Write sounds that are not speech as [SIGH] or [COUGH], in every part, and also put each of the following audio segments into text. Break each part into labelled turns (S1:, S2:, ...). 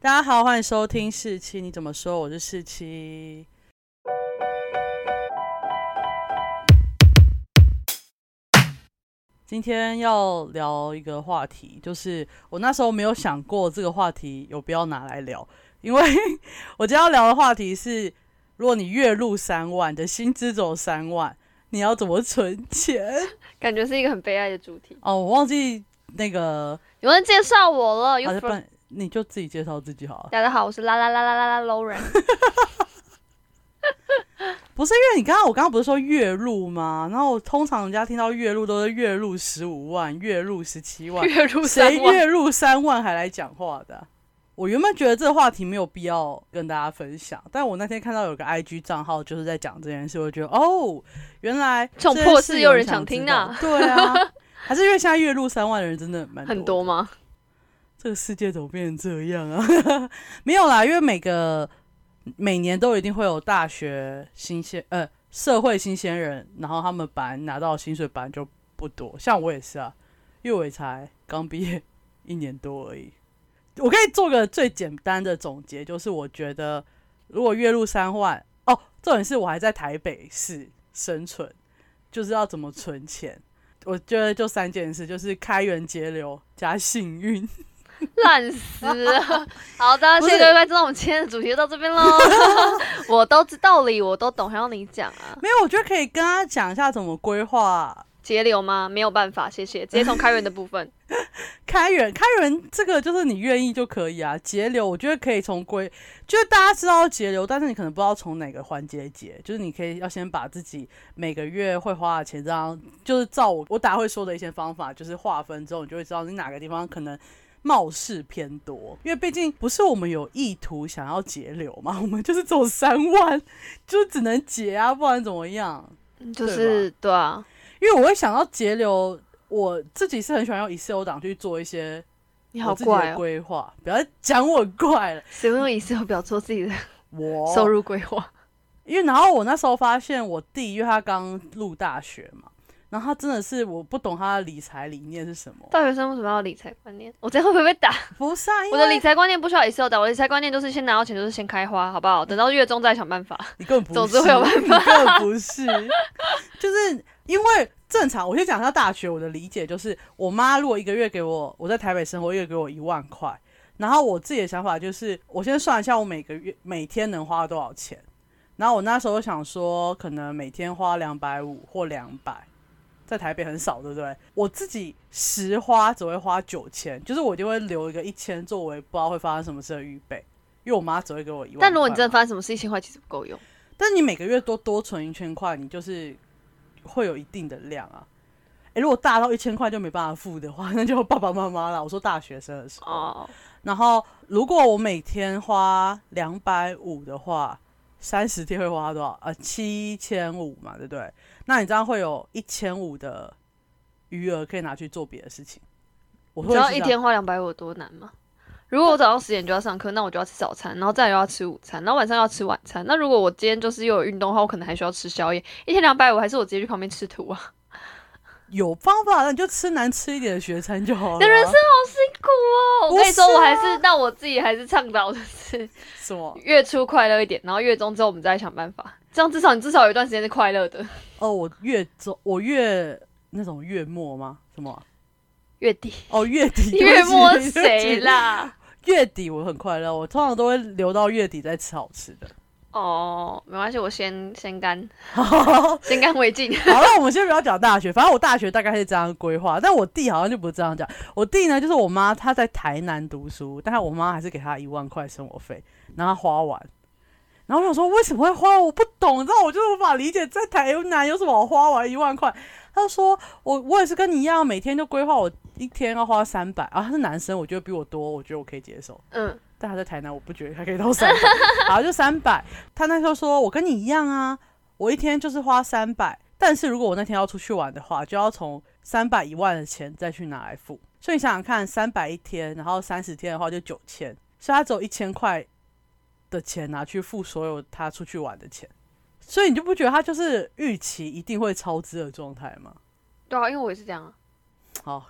S1: 大家好，欢迎收听四期，你怎么说？我是四期。今天要聊一个话题，就是我那时候没有想过这个话题有必要拿来聊，因为 [LAUGHS] 我今天要聊的话题是，如果你月入三万，你的薪资只有三万，你要怎么存钱？
S2: 感觉是一个很悲哀的主题。
S1: 哦，我忘记那个，
S2: 有人介绍我了，You
S1: 啊，不
S2: from？
S1: 然你就自己介绍自己好了。
S2: 大家好，我是啦啦啦啦啦啦 Lauren。
S1: 不是因为你刚刚我刚刚不是说月入吗？然后通常人家听到月入都是月入十五万、月入十七万，
S2: 月入
S1: 谁
S2: 三万，
S1: 月入三万还来讲话的啊？我原本觉得这个话题没有必要跟大家分享，但我那天看到有个 IG 账号就是在讲这件事，我就觉得哦，原来
S2: 这种
S1: 件
S2: 破
S1: 事
S2: 事
S1: 有
S2: 有
S1: 人
S2: 人想
S1: 知
S2: 听
S1: 道
S2: 啊
S1: 对啊，还是因为现在月入三万的人真的蛮
S2: 很
S1: 多的
S2: 多吗？
S1: 这个世界怎么变成这样啊？ [LAUGHS] 没有啦，因为每个每年都一定会有大学新鲜呃社会新鲜人，然后他们本来拿到的薪水本来就不多，像我也是啊，因为我也才刚毕业一年多而已。我可以做个最简单的总结，就是我觉得如果月入三万哦，重点是我还在台北市生存，就是要怎么存钱。我觉得就三件事，就是开源节流加幸运。
S2: 烂死了！好的，
S1: 不
S2: 谢
S1: 是
S2: 谢各位观众，我们今天的主题就到这边喽。我都知道理，我都懂，还要你讲啊？
S1: 没有，我觉得可以跟他讲一下怎么规划
S2: 节流吗？没有办法，谢谢。直接从开源的部分，
S1: 开源。开源这个就是你愿意就可以啊。节流，我觉得可以从规，就是大家知道节流，但是你可能不知道从哪个环节节，就是你可以要先把自己每个月会花的钱，这样就是照我我打会说的一些方法，就是划分之后，你就会知道你哪个地方可能。貌似偏多，因为毕竟不是我们有意图想要节流嘛，我们就是走三万，就只能节啊，不然怎么样？
S2: 就是对啊，
S1: 因为我会想到节流，我自己是很喜欢用 Excel 档去做一些
S2: 你
S1: 我
S2: 好
S1: 自己
S2: 怪
S1: 的
S2: 哦，
S1: 规划，不要讲我怪
S2: [LAUGHS]
S1: 了，
S2: 谁会用 Excel 表做自己的
S1: 我
S2: 收入规划？
S1: 因为然后我那时候发现我弟，因为他刚入大学嘛，然后他真的是我不懂他的理财理念是什么，
S2: 大学生为什么要有理财观念？我这样会不会被打？
S1: 不是啊，因
S2: 我的
S1: 为
S2: 理财观念不需要 Excel 的，我的理财观念就是先拿到钱就是先开花，好不好？等到月中再想办法。
S1: 你根本不是，
S2: 总之会有办法
S1: 你根本不是，就是因为正常，我先讲一下大学我的理解，就是我妈如果一个月给我，我在台北生活，一个月给我一万块，然后我自己的想法就是，我先算一下我每个月每天能花多少钱，然后我那时候想说，可能每天花两百五或两百。在台北很少，对不对？我自己实花只会花九千，就是我一定会留一个一千作为不知道会发生什么事的预备，因为我妈只会给我一万块嘛。
S2: 但如果你真的发生什么事，一千块其实不够用。
S1: 但你每个月多多存一千块，你就是会有一定的量啊。诶，如果大到一千块就没办法付的话，那就爸爸妈妈啦。我说大学生的时候，
S2: 哦，
S1: 然后如果我每天花两百五的话，三十天会花多少？呃，七千五嘛，对不对？那你这样会有一千五的余额可以拿去做别的事情。我
S2: 你
S1: 会
S2: 知道
S1: 是
S2: 一
S1: 这样
S2: 天花两百五多难吗？如果我早上十点就要上课，那我就要吃早餐，然后再来又要吃午餐，然后晚上又要吃晚餐。那如果我今天就是又有运动的话，我可能还需要吃宵夜。一天两百五，还是我直接去旁边吃土啊？
S1: 有方法，那你就吃难吃一点的学餐就
S2: [LAUGHS]
S1: 好了啊。
S2: 人生苦哦！我跟你说，
S1: 不是啊
S2: 我还是那我自己还是倡导的是
S1: 什么？
S2: 月初快乐一点，然后月中之后我们再想办法。这样至少你至少有一段时间是快乐的。
S1: 哦，我月中，我月那种月末吗？什么啊？
S2: 月底，。
S1: 哦，月底
S2: 月末
S1: 对不
S2: 是
S1: 起
S2: 谁？ [LAUGHS] 啦？
S1: 对不起月底我很快乐，我通常都会留到月底再吃好吃的。 [LAUGHS]
S2: 哦，没关系，我先先干，
S1: [LAUGHS] 好
S2: 先干为敬。
S1: 了，我们先不要讲大学，反正我大学大概是这样规划，但我弟好像就不是这样讲。我弟呢，就是我妈她在台南读书，但是我妈还是给他一万块生活费，让他花完。然后我想说为什么会花完，我不懂，你知道，我就是无法理解，在台南有什么好花完一万块。他就说我我也是跟你一样，每天就规划我一天要花三百啊。他是男生，我觉得比我多，我觉得我可以接受。
S2: 嗯，
S1: 但他在台南，我不觉得他可以到三百，好就三百。他那时候说，我跟你一样啊，我一天就是花三百，但是如果我那天要出去玩的话，就要从三百一万的钱再去拿来付。所以你想想看，三百一天，然后三十天的话就九千，所以他只有一千块的钱拿去付所有他出去玩的钱，所以你就不觉得他就是预期一定会超支的状态吗？
S2: 对啊，因为我也是这样啊。
S1: 好，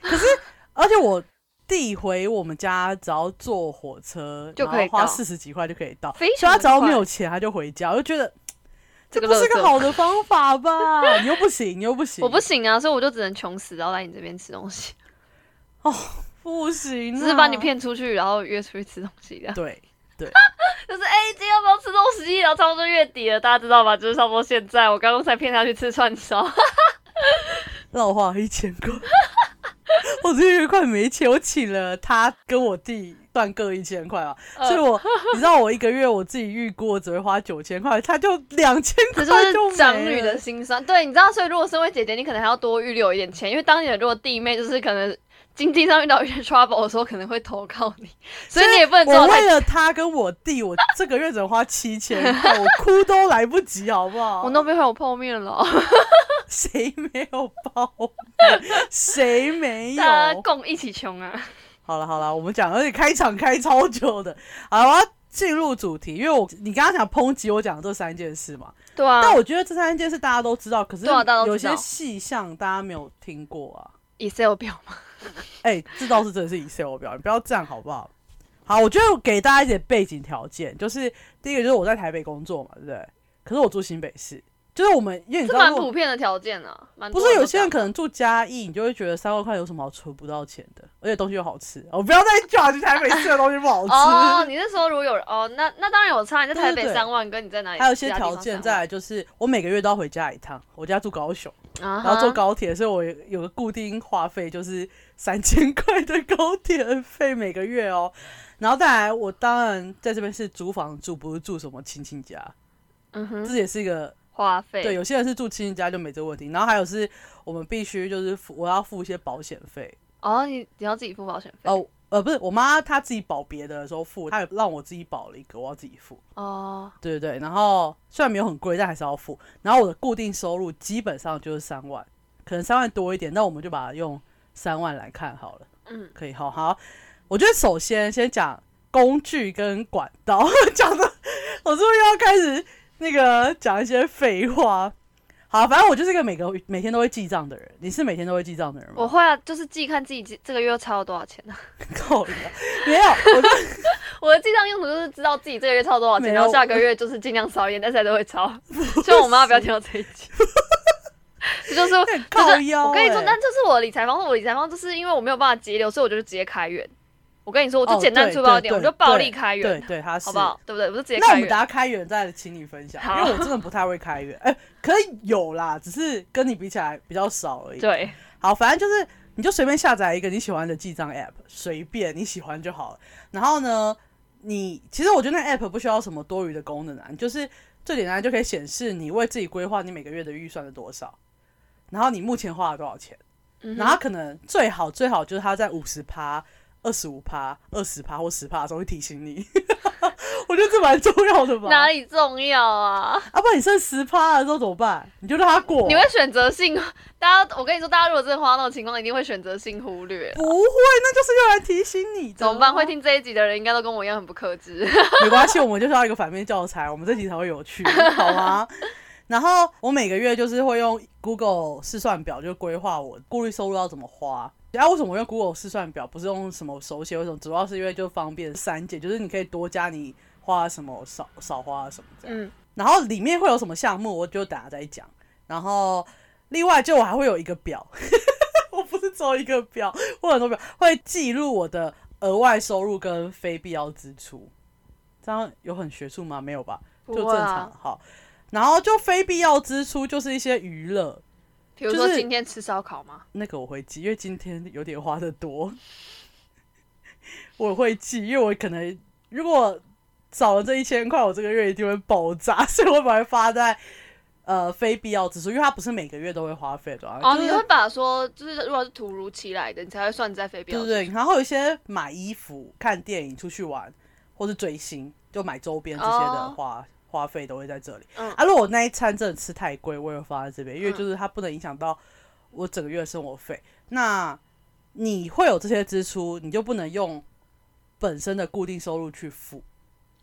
S1: 可是而且我递回我们家，只要坐火车
S2: 就可以
S1: 然后花
S2: 到
S1: 四十几块就可以到。
S2: 非
S1: 所以
S2: 常
S1: 他只要没有
S2: 快
S1: 钱，他就回家。我就觉得这
S2: 这个
S1: 不是
S2: 垃圾
S1: 个好的方法吧？ [LAUGHS] 你又不行，你又不行，
S2: 我不行啊，所以我就只能穷死，然后来你这边吃东西，
S1: 不行、啊，
S2: 只 [LAUGHS] 是把你。骗出去，然后约出去吃东西这样。
S1: 对，
S2: 就是哎、今天要不要吃东西？然后差不多月底了，大家知道吧？就是差不多现在，我刚刚才骗他去吃串烧， [LAUGHS]
S1: 让我花一千块， [LAUGHS] 我这个月快没钱，我请了他跟我弟算各一千块吧。啊
S2: 呃
S1: 所以我，你知道我一个月我自己预估我只会花九千块，他就两千
S2: 这
S1: 块
S2: 就
S1: 就没
S2: 是长女
S1: 了
S2: 的心酸。对，你知道，所以如果身为姐姐，你可能还要多预留一点钱，因为当你的如果弟妹就是可能经济上遇到一些 trouble 的时候，可能会投靠你，所以你也不能做
S1: 我
S2: 太
S1: 为。了他跟我弟，我这个月只能花七千
S2: [LAUGHS]
S1: 块，我哭都来不及，好不好？
S2: 我那边还有泡面了，
S1: 谁没有包庇？谁没有？
S2: 大家共一起穷啊！
S1: 好了好了，我们讲，而且开场开超久的。好，我要进入主题，因为我你刚刚讲抨击我讲的这三件事嘛，
S2: 对啊，
S1: 但我觉得这三件事大家都知道，可是
S2: 对啊大家
S1: 有
S2: 都知道
S1: 些细项大家没有听过啊。
S2: Excel 表嘛，
S1: 哎、这倒是真的是 Excel 表，你不要这样好不好？好，我觉得给大家一点背景条件，就是第一个就是我在台北工作嘛，对不对？可是我住新北市，就是我们因为你知
S2: 这
S1: 道
S2: 蛮
S1: 如果，
S2: 普遍的条件啊，蛮
S1: 不
S2: 多
S1: 是
S2: 人都
S1: 有些人
S2: 这
S1: 可能住嘉义，你就会觉得三万块有什么好存不到钱的，而且东西又好吃。我不要再讲去台北市的东西不好吃。
S2: 样哦，你是说如果有人哦，那那当然有差，你在台
S1: 对
S2: 北
S1: 对对
S2: 三万，跟你在哪
S1: [LAUGHS]
S2: 里
S1: 还有一些
S2: 其他地
S1: 条
S2: 方
S1: 件，
S2: 三
S1: 再
S2: 万，
S1: 来就是我每个月都要回家一趟，我家住高雄，
S2: 然
S1: 然后坐高铁，所以我有有个固定话费，就是三千块的高铁费每个月哦。然后再来，我当然在这边是租房住，不是住什么亲戚家，
S2: 嗯哼，
S1: 这也是一个
S2: 花费
S1: 对。有些人是住亲戚家就没这个问题。然后还有是我们必须就是付，我要付一些保险费
S2: 哦，你你要自己付保险费
S1: 哦。呃，不是，我妈她自己保别的的时候付，她也让我自己保了一个，我要自己付。
S2: 哦，
S1: 对对对，然后虽然没有很贵，但还是要付。然后我的固定收入基本上就是三万，可能三万多一点，那我们就把它用三万来看好了。
S2: 嗯，
S1: 可以，好好。我觉得首先先讲工具跟管道， [LAUGHS] 讲的我是不是又要开始那个讲一些废话？好，反正我就是一个每个每天都会记账的人。你是每天都会记账的人吗？ [LAUGHS]
S2: 我会啊，就是记看自己这这个月又超了多少钱啊。 [LAUGHS]
S1: 靠你啊，没有，我就
S2: 我的记账用途就是知道自己这个月超多少
S1: 没
S2: 钱，
S1: 有
S2: 然后下个月就是尽量少一点，但是还是
S1: [LAUGHS]
S2: 会超。希望我妈不要听到这一集。 [LAUGHS] 这就是
S1: 有点
S2: 就
S1: 靠
S2: 是
S1: 腰、欸。
S2: 我跟你说，但这是我的理财方式。我的理财方式就是因为我没有办法节流，所以我就直接开源。我跟你说，我就
S1: 哦
S2: 简单
S1: 对
S2: 粗
S1: 对
S2: 暴一点，
S1: 对
S2: 我就暴
S1: 对
S2: 力开
S1: 对
S2: 源，
S1: 对，他是
S2: 好不好？对不对？我就直接
S1: 那我
S2: 开
S1: 们
S2: 源。
S1: 等下开源再请你分享，
S2: 好
S1: 因为我真的不太会开源，哎、可以有啦，只是跟你比起来比较少而已。
S2: 对，
S1: 好，反正就是你就随便下载一个你喜欢的记账 app，随便你喜欢就好了。然后呢，你其实我觉得那 app 不需要什么多余的功能啊，你就是最简单就可以显示你为自己规划你每个月的预算是多少，然后你目前花了多少钱。
S2: 嗯
S1: 然后它可能最好最好就是它在五十趴、二十五趴、二十趴或十趴的时候会提醒你， [LAUGHS] 我觉得这蛮重要的吧。
S2: 哪里重要啊？
S1: 啊，不然你剩十趴的时候怎么办？你就让它过。
S2: 你会选择性，大家我跟你说，大家如果真的花那种情况，一定会选择性忽略。
S1: 不会，那就是用来提醒你的。
S2: 怎么办？会？听这一集的人应该都跟我一样很不克制。
S1: 没关系，我们就是要一个反面教材，我们这集才会有趣，好吗？然后我每个月就是会用 Google 试算表，就规划我顾虑收入要怎么花。然、啊、后为什么我用 Google 试算表，不是用什么手写？为什么？主要是因为就方便删减，就是你可以多加你花什么，少少花什么这样。
S2: 嗯，
S1: 然后里面会有什么项目，我就等下再讲。然后另外就我还会有一个表， [LAUGHS] 我不是只有一个表，我有很多表会记录我的额外收入跟非必要支出。这样有很学术吗？没有吧，就
S2: 不
S1: 正
S2: 会
S1: 常
S2: 啊。
S1: 好，然后就非必要支出就是一些娱乐，
S2: [LAUGHS] 比如
S1: 就
S2: 说
S1: 是
S2: 今天吃烧烤吗？
S1: 那个我会记，因为今天有点花的多， [LAUGHS] 我会记，因为我可能如果少了这一千块，我这个月一定会爆炸，所以我把它发在呃非必要支出，因为它不是每个月都会花费的、啊。
S2: 哦，
S1: 就是
S2: 你会把说，就是如果是突如其来的，你才会算在非必
S1: 对
S2: 要
S1: 对
S2: 支出。
S1: 对，然后有一些买衣服、看电影、出去玩或是追星，就买周边这些的
S2: 哦
S1: 花、花费都会在这里。
S2: 嗯
S1: 啊，如果我那一餐真的吃太贵，我也会放在这边，因为
S2: 嗯
S1: 就是它不能影响到我整个月的生活费。那你会有这些支出，你就不能用本身的固定收入去付。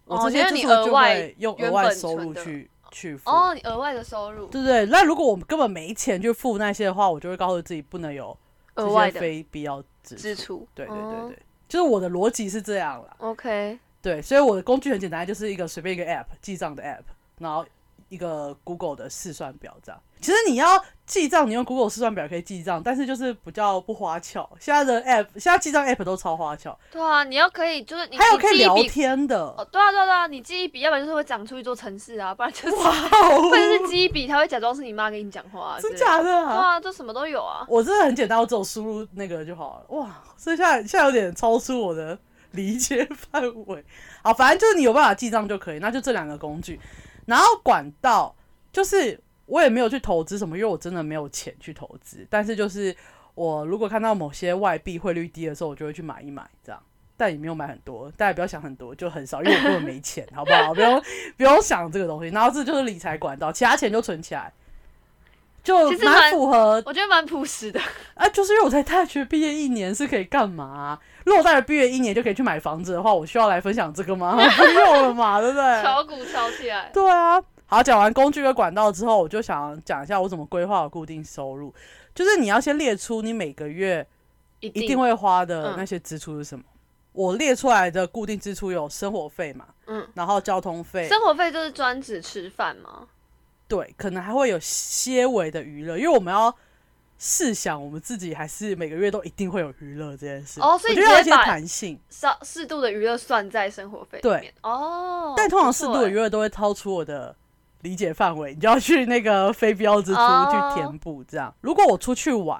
S1: 我
S2: 哦
S1: 这些
S2: 因为
S1: 支
S2: 你
S1: 出
S2: 额
S1: 就
S2: 外
S1: 会用额
S2: 原
S1: 外
S2: 本
S1: 收入
S2: 存的
S1: 去去付。
S2: 哦，你额外的收入，
S1: 对不对？那如果我们根本没钱去付那些的话，我就会告诉自己不能有
S2: 额
S1: 这
S2: 外
S1: 些
S2: 的。
S1: 非必要支出。
S2: 支出。
S1: 对对对
S2: 哦
S1: 对，就是我的逻辑是这样啦。
S2: OK，
S1: 对，所以我的工具很简单，就是一个随便一个 app 记账的 app，然后一个 Google 的试算表这样。其实你要记账，你用 Google 试算表可以记账，但是就是比较不花俏。现在的 app，现在记账 app 都超花俏，
S2: 对啊，你要可以就是你
S1: 还有
S2: 你
S1: 可以
S2: 记一
S1: 聊
S2: 笔
S1: 天的。
S2: 哦，对啊，对啊，对啊，你记一笔，要不然就是会长出一座城市啊，不
S1: [LAUGHS]
S2: 然就是，
S1: 哦
S2: 或者是记一笔，他会假装是你妈跟你讲话、啊，
S1: 真？假的
S2: 对
S1: 啊？
S2: 啊，就什么都有啊。
S1: 我真的很简单，我只有输入那个就好了。哇，这下现在有点超出我的理解范围。好，反正就是你有办法记账就可以，那就这两个工具。然后管道就是我也没有去投资什么，因为我真的没有钱去投资。但是就是我如果看到某些外币汇率低的时候，我就会去买一买这样。但也没有买很多，大家不要想很多，就很少，因为我根本没钱，好不好？不用不用想这个东西。然后这就是理财管道，其他钱就存起来，就
S2: 其实
S1: 蛮
S2: 蛮
S1: 符合
S2: 我觉得蛮朴
S1: [LAUGHS]
S2: 实的，
S1: 啊，就是因为我才大学毕业一年是可以干嘛啊、如果大学毕业一年就可以去买房子的话，我需要来分享这个吗？ [LAUGHS] 不用了嘛，对不
S2: [LAUGHS]
S1: 对？
S2: 炒股炒起来。
S1: 对啊。好，讲完工具跟管道之后，我就想讲一下我怎么规划我固定收入。就是你要先列出你每个月
S2: 一
S1: 一定会花的
S2: 嗯
S1: 那些支出是什么。我列出来的固定支出有生活费嘛，
S2: 嗯，
S1: 然后交通费，
S2: 生活费就是专指吃饭吗？
S1: 对，可能还会有些微的娱乐，因为我们要试想我们自己还是每个月都一定会有娱乐这件事。
S2: 哦所以
S1: 我觉
S2: 你
S1: 得有一
S2: 直
S1: 些
S2: 接把
S1: 弹性，
S2: 少适度的娱乐算在生活费里
S1: 对
S2: 面哦。
S1: 但通常
S2: 不
S1: 适
S2: 错
S1: 度的
S2: 欸
S1: 娱乐都会超出我的理解范围，你就要去那个非必要支出
S2: 哦
S1: 去填补。这样，如果我出去玩，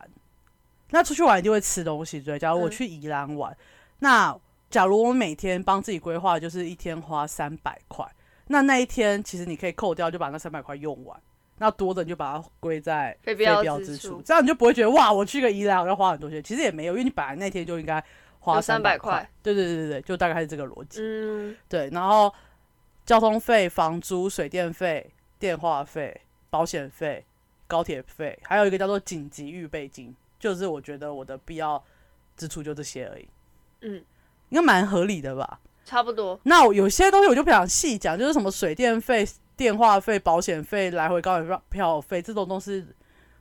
S1: 那出去玩一定会吃东西，对。假如我
S2: 嗯
S1: 去宜兰玩，那假如我每天帮自己规划，就是一天花三百块，那那一天其实你可以扣掉，就把那三百块用完。那多的你就把它归在
S2: 非必
S1: 必
S2: 要
S1: 要
S2: 支
S1: 支出
S2: 出，
S1: 这样你就不会觉得哇，我去个宜兰我要花很多钱。其实也没有，因为你本来那天就应该花
S2: 有
S1: 300
S2: 300
S1: 块
S2: 块。
S1: 对对对对对，就大概是这个逻辑。
S2: 嗯，
S1: 对，然后交通费、房租、水电费、电话费、保险费、高铁费，还有一个叫做紧急预备金，就是我觉得我的必要支出就这些而已。
S2: 嗯，
S1: 应该蛮合理的吧？
S2: 差不多。
S1: 那我有些东西我就不想细讲，就是什么水电费、电话费、保险费、来回高铁票票费这种都是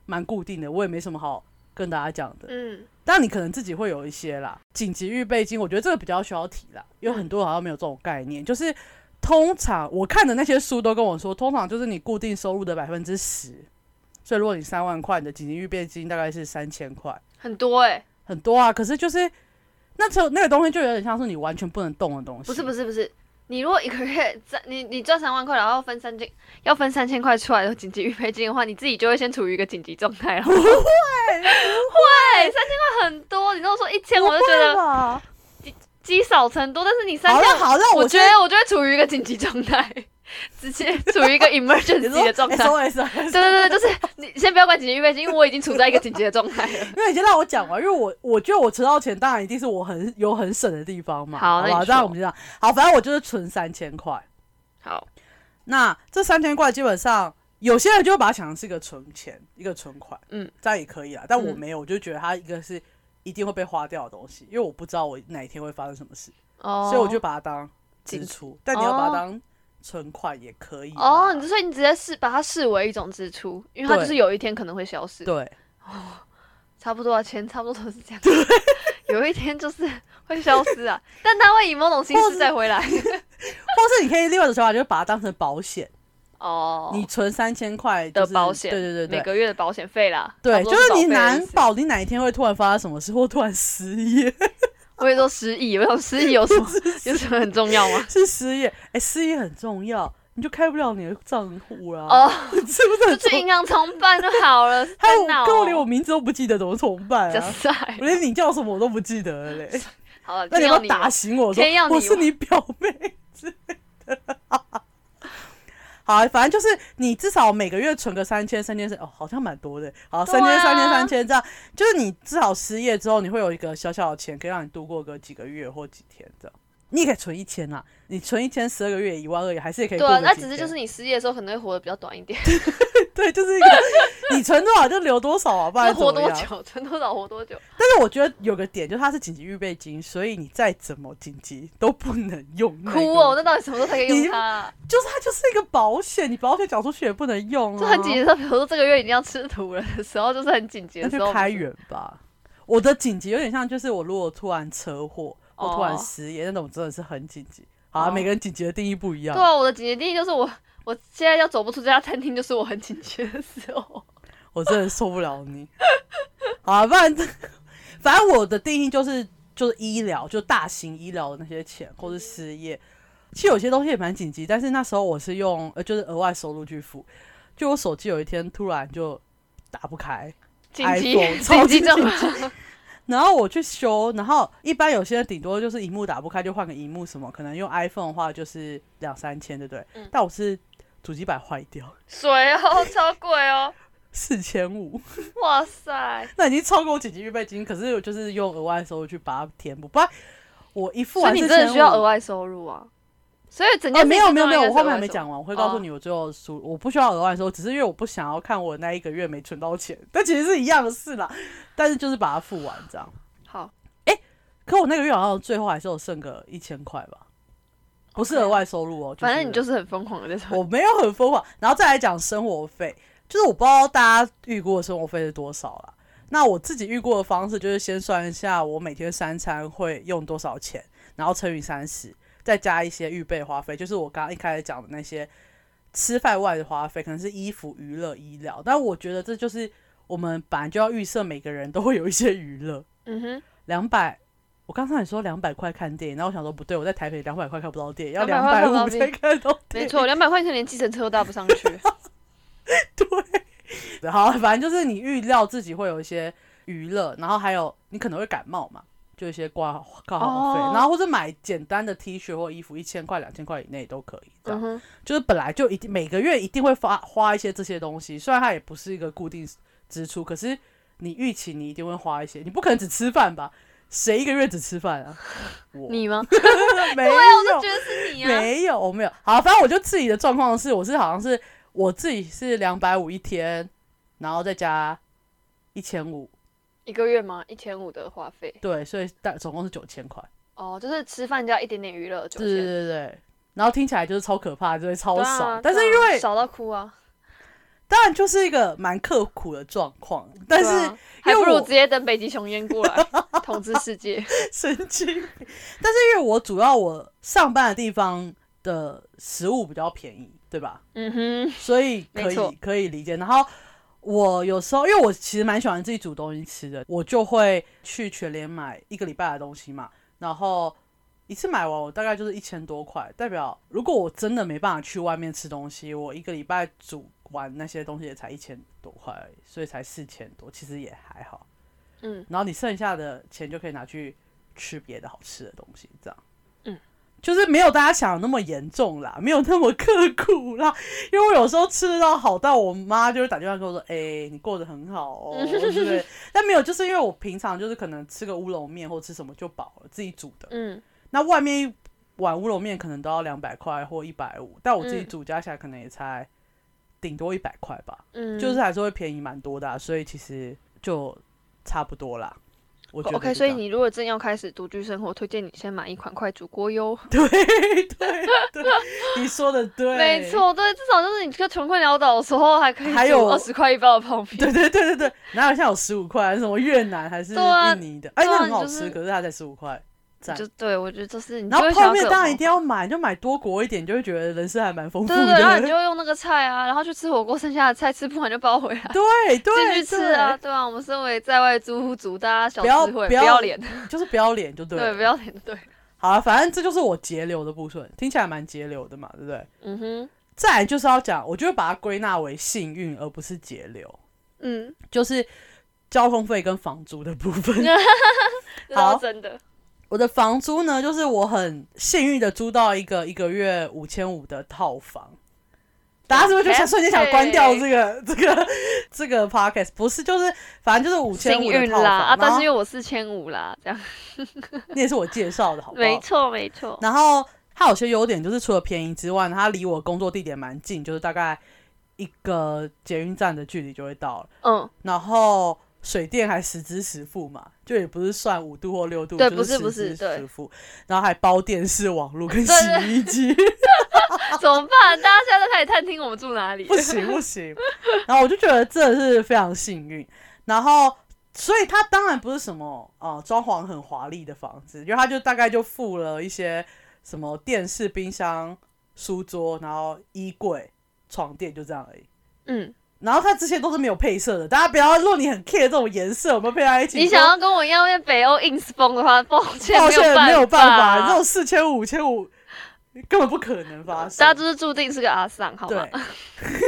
S1: 蛮固定的，我也没什么好跟大家讲的。
S2: 嗯，
S1: 但你可能自己会有一些啦，紧急预备金，我觉得这个比较需要提啦，有很多人好像没有这种概念，就是通常我看的那些书都跟我说，通常就是你固定收入的百分之十，所以如果你三万块，你的紧急预备金大概是三千块，
S2: 很多哎、
S1: 很多啊，可是就是那时候那个东西就有点像是你完全不能动的东西，
S2: 不是不是不是，你如果一个月赚 [LAUGHS] 你你赚三万块，然后分三千要分三千块出来的紧急预备金的话，你自己就会先处于一个紧急状态
S1: [LAUGHS]
S2: 了。不会，会三千块很多，你跟我说一千，
S1: 不
S2: 我就觉
S1: 会
S2: 得
S1: 吧？
S2: 积少成多，但是你三
S1: 好了
S2: 千，
S1: 好了，
S2: 我觉
S1: 觉
S2: 得我就会处于一个紧急状态， [LAUGHS] 直接处于一个 emergency 的状态。
S1: [LAUGHS] S O
S2: 对
S1: S，
S2: 对对，对就是你先不要管紧急预备金，因为我已经处在一个紧急的状
S1: [LAUGHS]
S2: 态了。
S1: 因为你先让我讲完，因为我我觉得我存到钱，当然一定是我很有很省的地方嘛。
S2: 好
S1: 好
S2: 那
S1: 吧，
S2: 你
S1: 这样
S2: 说
S1: 我们就这样。好，反正我就是存三千块。
S2: 好，
S1: 那这三千块基本上，有些人就会把它想成是一个存钱，一个存款，
S2: 嗯，
S1: 这样也可以啦。但我
S2: 嗯
S1: 没有，我就觉得它一个是一定会被花掉的东西，因为我不知道我哪一天会发生什么事，
S2: 哦，
S1: 所以我就把它当支
S2: 紧
S1: 出。但你要把它
S2: 哦
S1: 当存款也可以啦。
S2: 哦，你所以你直接视把它视为一种支出，因为它
S1: 对
S2: 就是有一天可能会消失。
S1: 对
S2: 差不多啊，钱差不多都是这样。 [LAUGHS] 有一天就是会消失啊，但它会以某种形式再回来。
S1: 或是你可以另外一种想法，就是把它当成保险，
S2: 哦，
S1: 你存三千块
S2: 的
S1: 就是
S2: 保险
S1: 对对对对
S2: 每，个月的保险费啦。差
S1: 对，
S2: 不
S1: 就
S2: 多
S1: 是
S2: 保
S1: 你
S2: 费的
S1: 难
S2: 意思。
S1: 保你哪一天会突然发生什么事，或突然失业，
S2: 我也说失忆，我想失忆有什么有什么很重要吗？
S1: [LAUGHS] 是失业，哎、失业很重要，你就开不了你的账户啦，
S2: 哦，
S1: [LAUGHS] 是不是
S2: 就
S1: 很
S2: 去
S1: 重
S2: 银行重办就好了。是
S1: [LAUGHS] 还有
S2: 在闹
S1: 跟我
S2: 哦
S1: 连我名字都不记得，怎么重办
S2: [LAUGHS] 就
S1: 啊？
S2: 是在
S1: 我连你叫什么我都不记得了嘞，
S2: 好了，
S1: 那你
S2: 天
S1: 要
S2: 要
S1: 不要打醒我说
S2: 天要你
S1: 我是你表妹之类的？ [LAUGHS] 好，反正就是你至少每个月存个三千、三千三，哦，好像蛮多的。好，
S2: 对
S1: 三
S2: 啊
S1: 千、三千、三千这样，就是你至少失业之后，你会有一个小小的钱，可以让你度过个几个月或几天这样。你也可以存一千啊，你存一千十二个月一万二，还是也可以
S2: 对
S1: 过
S2: 啊，
S1: 个
S2: 那
S1: 几
S2: 只是
S1: 天
S2: 就是你失业的时候可能会活得比较短一点，
S1: 对，就是一个 [LAUGHS] 你存多少就留多少啊，不然
S2: 就
S1: 怎么
S2: [LAUGHS] 活多
S1: 样
S2: 久，存多少活多久。
S1: 但是我觉得有个点，就是它是紧急预备金，所以你再怎么紧急都不能用、那个
S2: 哭哦，那到底什么时候才可以
S1: 你
S2: 用它啊？
S1: 就是它就是一个保险，你保险缴出去也不能用、啊，
S2: 就很紧急的时候，比如说这个月一定要吃土了的时候，就是很紧急
S1: 那
S2: 的时
S1: 就
S2: 候，
S1: 开源吧。我的紧急有点像，就是我如果突然车祸或突然
S2: 哦
S1: 失业、那种，真的是很紧急。好、啊，
S2: 哦
S1: 每个人紧急的定义不一样
S2: 对。啊，我的紧急定义就是我，我现在要走不出这家餐厅，就是我很紧急的时候。
S1: 我真的受不了你。好、啊，不然反正我的定义就是就是医疗，就大型医疗的那些钱或是失业，其实有些东西也蛮紧急，但是那时候我是用呃就是额外收入去付，就我手机有一天突然就打不开，
S2: 紧急 [LAUGHS]
S1: iPhone，，超
S2: 紧
S1: 级
S2: 急症
S1: 紧。然后我去修，然后一般有些人顶多就是荧幕打不开就换个荧幕什么，可能用 iPhone 的话就是两三千，对不对？
S2: 嗯
S1: 但我是主机板坏掉，
S2: 水哦，超贵哦，
S1: 四千五。 [LAUGHS]
S2: 哇塞！
S1: 那已经超过我紧急预备金，可是我就是用额外收入去把它填补，不然我一付
S2: 所
S1: 完
S2: 以
S1: 四
S2: 你真的
S1: 千
S2: 需要额
S1: 外。
S2: 外收入啊。所以整
S1: 哦，
S2: 件
S1: 没
S2: 事
S1: 有
S2: 情
S1: 没有没有，
S2: 都应
S1: 我
S2: 该是
S1: 后面还
S2: 额外
S1: 没
S2: 收入
S1: 讲完，我会告诉
S2: 哦
S1: 你我最后输，我不需要额外收，只是因为我不想要看我那一个月没存到钱，但其实是一样的事啦，但是就是把它付完这样。
S2: 好，
S1: 可我那个月好像最后还是有剩个一千块吧，不是
S2: OK 啊
S1: 额外收入哦，
S2: 反正你就是是很疯狂的在说。
S1: 我没有很疯狂，然后再来讲生活费，就是我不知道大家预估的生活费是多少啦。那我自己预估的方式就是先算一下我每天三餐会用多少钱，然后乘以三十，再加一些预备花费，就是我刚刚一开始讲的那些吃饭外的花费，可能是衣服、娱乐、医疗。但我觉得这就是我们本来就要预设每个人都会有一些娱乐。
S2: 嗯哼，
S1: 两百，我刚才你说两百块看电影，然后我想说不对，我在台北两百块看不到电影，要两
S2: 200
S1: 百
S2: 块
S1: 五才看到电
S2: 没
S1: 影。
S2: 错，两百块钱连计程车都搭不上
S1: [LAUGHS]
S2: 去。
S1: 啊对，好，反正就是你预料自己会有一些娱乐，然后还有你可能会感冒嘛，就一些挂挂号费，
S2: 哦
S1: 然后或者买简单的 T 恤或衣服，一千块、两千块以内都可以。这
S2: 嗯
S1: 样、
S2: 哼，
S1: 就是本来就一定每个月一定会花花一些这些东西，虽然它也不是一个固定支出，可是你预期你一定会花一些，你不可能只吃饭吧？谁一个月只吃饭 [LAUGHS] 啊？我
S2: 你吗？
S1: [LAUGHS] 没有，
S2: 觉得是你啊。
S1: 没有，我没有。好，反正我就自己的状况是，我是好像是我自己是两百五一天，然后再加一千五，
S2: [LAUGHS] 一个月吗？一千五的花费
S1: 对，所以大总共是九千块。
S2: 哦，就是吃饭加一点点娱乐，九
S1: 对对
S2: 千。
S1: 对对。然后听起来就是超可怕，就是超
S2: 对
S1: 少，
S2: 啊
S1: 但是
S2: 对
S1: 因
S2: 啊
S1: 为
S2: 少到哭啊，
S1: 当然就是一个蛮刻苦的状况，但
S2: 对
S1: 是
S2: 啊还不
S1: 因为我
S2: 如直接等北极熊淹过来 [LAUGHS] 统治世界。
S1: [LAUGHS] 神经病。但是因为我主要我上班的地方的食物比较便宜，对吧？
S2: 嗯哼，
S1: 所以可
S2: 没
S1: 以
S2: 错
S1: 可以理解。然后我有时候，因为我其实蛮喜欢自己煮东西吃的，我就会去全联买一个礼拜的东西嘛，然后。一次买完，我大概就是一千多块。代表如果我真的没办法去外面吃东西，我一个礼拜煮完那些东西也才一千多块而已，所以才四千多，其实也还好。
S2: 嗯，
S1: 然后你剩下的钱就可以拿去吃别的好吃的东西，这样。
S2: 嗯，
S1: 就是没有大家想的那么严重啦， [LAUGHS] 没有那么刻苦啦。 [LAUGHS] 因为我有时候吃到好到我妈就会打电话跟我说：“哎、你过得很好哦。”
S2: [LAUGHS]
S1: 对不对？但没有，就是因为我平常就是可能吃个乌龙面或吃什么就饱了，自己煮的。
S2: 嗯，
S1: 那外面一碗乌龙面可能都要两百块或一百五，但我自己
S2: 嗯
S1: 煮加起来可能也才顶多一百块吧。
S2: 嗯，
S1: 就是还是会便宜蛮多的啊、所以其实就差不多啦。我觉得
S2: 哦 OK，
S1: 是
S2: 所以
S1: 这样
S2: 你如果真要开始独居生活，推荐你先买一款快煮锅哟。
S1: [LAUGHS] 对对对，你说的对，
S2: 没，错，对，至少就是你这个穷困潦倒的时候，还可以
S1: 还有
S2: 二十块一包的泡面。
S1: 对对对对对，哪有像有十五块什么越南还是
S2: 对啊
S1: 印尼的，哎、
S2: 对啊
S1: 那很好
S2: 你就
S1: 吃，
S2: 是
S1: 可是它才十五块，赞。
S2: 就对我觉得就是你就
S1: 然后
S2: 会想
S1: 泡
S2: 要
S1: 面
S2: 各
S1: 当然
S2: 种
S1: 一定要买，就买多国一点，就会觉得人生还蛮丰富
S2: 对对对，然后
S1: 的。
S2: 你就用那个菜啊，然后去吃火锅，剩下的菜吃不完就包回来。
S1: 对
S2: 继
S1: 对
S2: 续吃啊，，对啊，我们身为在外租屋族，大家小
S1: 不要
S2: 智慧，
S1: 不
S2: 不
S1: 要
S2: 要脸，
S1: 对就是不要脸就对了。
S2: 对，不要脸，对，
S1: 好了，反正这就是我节流的部分，听起来蛮节流的嘛，对不对？
S2: 嗯哼，
S1: 再来就是要讲，我就会把它归纳为幸运，而不是节流。
S2: 嗯，
S1: 就是交通费跟房租的部分。
S2: 这倒
S1: 好
S2: 是真的，
S1: [LAUGHS] 我的房租呢，就是我很幸运的租到一个一个月五千五的套房。大家是不是就想
S2: Fantastic
S1: 瞬间想关掉这个这个 [LAUGHS] 这个 podcast？不是，就是反正就是五千
S2: 幸
S1: 五的
S2: 运
S1: 套房。
S2: 啦啊，但
S1: 然
S2: 是
S1: 后
S2: 因为我四千五啦，这样，
S1: 你也是我介绍的，好不好？
S2: 没错没错，
S1: 然后它有些优点就是除了便宜之外，它离我工作地点蛮近，就是大概一个捷运站的距离就会到了。
S2: 嗯，
S1: 然后水电还实支实付嘛，就也不是算五度或六度，
S2: 对
S1: 就
S2: 不是不
S1: 实支
S2: 是
S1: 实
S2: 对
S1: 付，然后还包电视、网络跟洗
S2: 对
S1: 衣机， [LAUGHS]
S2: 怎么办？大家现在都开始探听我们住哪里
S1: 不。行不行。然后我就觉得这是非常幸运。然后所以他当然不是什么啊装潢很华丽的房子，因为他就大概就付了一些什么电视、冰箱、书桌，然后衣柜、床垫，就这样而已。
S2: 嗯，
S1: 然后它这些都是没有配色的，大家不要，如果你很 care 这种颜色，我们配在一起说，
S2: 你想要跟我一样被北欧 ins 风的话，抱歉，
S1: 抱歉没
S2: 啊有
S1: 有办法，这
S2: 法
S1: 种，四千五、五千五根本不可能发
S2: 大家
S1: 生。
S2: 就是注定是个阿丧，好吗
S1: 对？，
S2: [LAUGHS]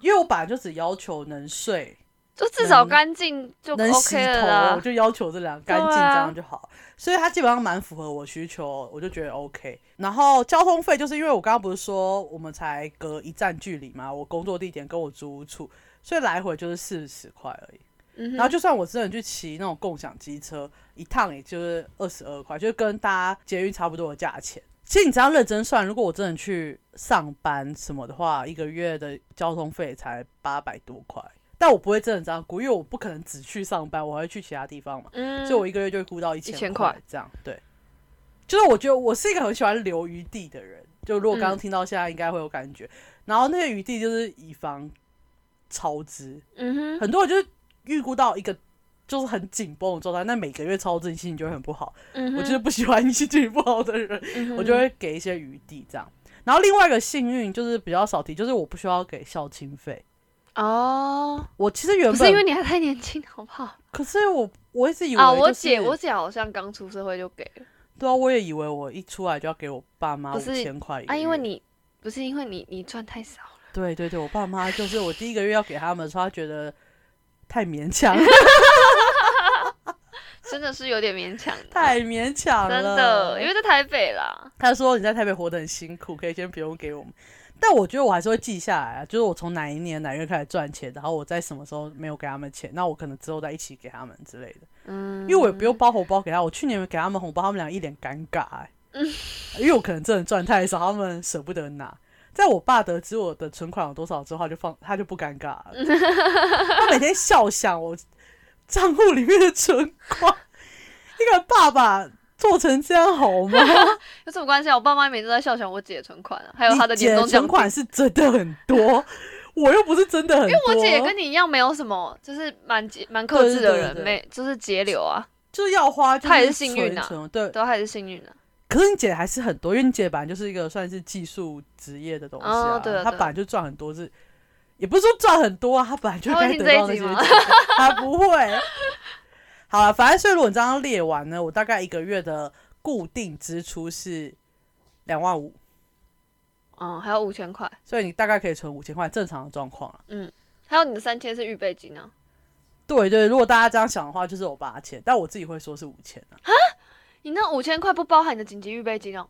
S1: 因为我本来就只要求能睡、
S2: 就至少干净就
S1: 能洗
S2: OK 了
S1: 头，我
S2: 啦。
S1: 就要求这两个干净
S2: 对
S1: 这
S2: 啊
S1: 样就好。所以它基本上蛮符合我需求，我就觉得 OK。然后交通费就是因为我刚刚不是说我们才隔一站距离嘛，我工作地点跟我租屋处，所以来回就是四十块而已。
S2: 嗯
S1: 然后
S2: 哼，
S1: 就算我真的去骑那种共享机车，一趟也就是二十二块，就是跟大家捷运差不多的价钱。其实你只要认真算，如果我真的去上班什么的话，一个月的交通费才八百多块。但我不会真的这样估，因为我不可能只去上班，我还会去其他地方嘛，
S2: 嗯，
S1: 所以我一个月就会估到一
S2: 1000
S1: 千
S2: 块
S1: 这样。对，就是我觉得我是一个很喜欢留余地的人，就如果刚刚
S2: 嗯
S1: 听到现在应该会有感觉。然后那些余地就是以防超支，
S2: 嗯哼，
S1: 很多人就是预估到一个就是很紧绷的状态，那每个月超支，心情就会很不好。
S2: 嗯哼，
S1: 我就是不喜欢心情不好的人，
S2: 嗯哼
S1: 我就会给一些余地这样。然后另外一个幸运就是比较少提，就是我不需要给校庆费。
S2: 哦，
S1: 我其实原
S2: 不
S1: 本
S2: 是因为你还太年轻，好不好？
S1: 可是我我一直以为、就是、
S2: 啊，我姐，我姐好像刚出社会就给了
S1: 对啊，我也以为我一出来就要给我爸妈
S2: 不
S1: 五
S2: 是
S1: 千块一个
S2: 啊，因
S1: 月
S2: 为你不是因为你你赚太少了，
S1: 对对对，我爸妈就是我第一个月要给他们的时候，他觉得太勉
S2: [LAUGHS]
S1: 强，
S2: 真的是有点勉强的，
S1: 太勉强了，
S2: 真的，因为在台北啦，
S1: 他说你在台北活得很辛苦，可以先不用给我们。但我觉得我还是会记下来啊，就是我从哪一年哪月开始赚钱，然后我在什么时候没有给他们钱，那我可能之后再一起给他们之类的。
S2: 嗯，
S1: 因为我也不用包红包给他，我去年给他们红包，他们俩一脸尴尬、欸，
S2: 嗯
S1: [LAUGHS] 因为我可能真的赚太少，他们舍不得拿。在我爸得知我的存款有多少之后，他就放他就不尴尬
S2: [LAUGHS]
S1: 了，他每天笑想我账户里面的存款，一个爸爸做成这样好吗？
S2: 有什么关系啊？我爸妈每次都在笑想我姐的存款、 [LAUGHS] 啊，还有她的
S1: 你姐
S2: 年终奖
S1: 存
S2: 金
S1: 款是真的很多，我又不是真的很多。因为
S2: 我姐也跟你一样，没有什么，就是蛮节蛮克制的
S1: 对对
S2: 人，
S1: 对对
S2: 没就是节流啊，
S1: 就是要花，就
S2: 她也
S1: 是
S2: 是幸运啊
S1: 存一存对，
S2: 都还是幸运的、
S1: 可是你姐还是很多，因为你姐本来就是一个算是技术职业的东西啊，
S2: 哦对啊
S1: 她
S2: 对啊
S1: 本来就赚很多是。也不是说赚很多啊，她本来就
S2: 她会
S1: 该
S2: 听
S1: 得
S2: 这一
S1: 到那
S2: 集
S1: 些钱
S2: 吗，
S1: 她不会。好了，反正所以如果你这样列完呢，我大概一个月的固定支出是两万五，
S2: 嗯，还有五千块，
S1: 所以你大概可以存五千块，正常的状况啊。
S2: 还有你的三千是预备金啊，
S1: 对对，如果大家这样想的话，就是有八千，但我自己会说是五千啊，
S2: 你那五千块不包含你的紧急预备金哦，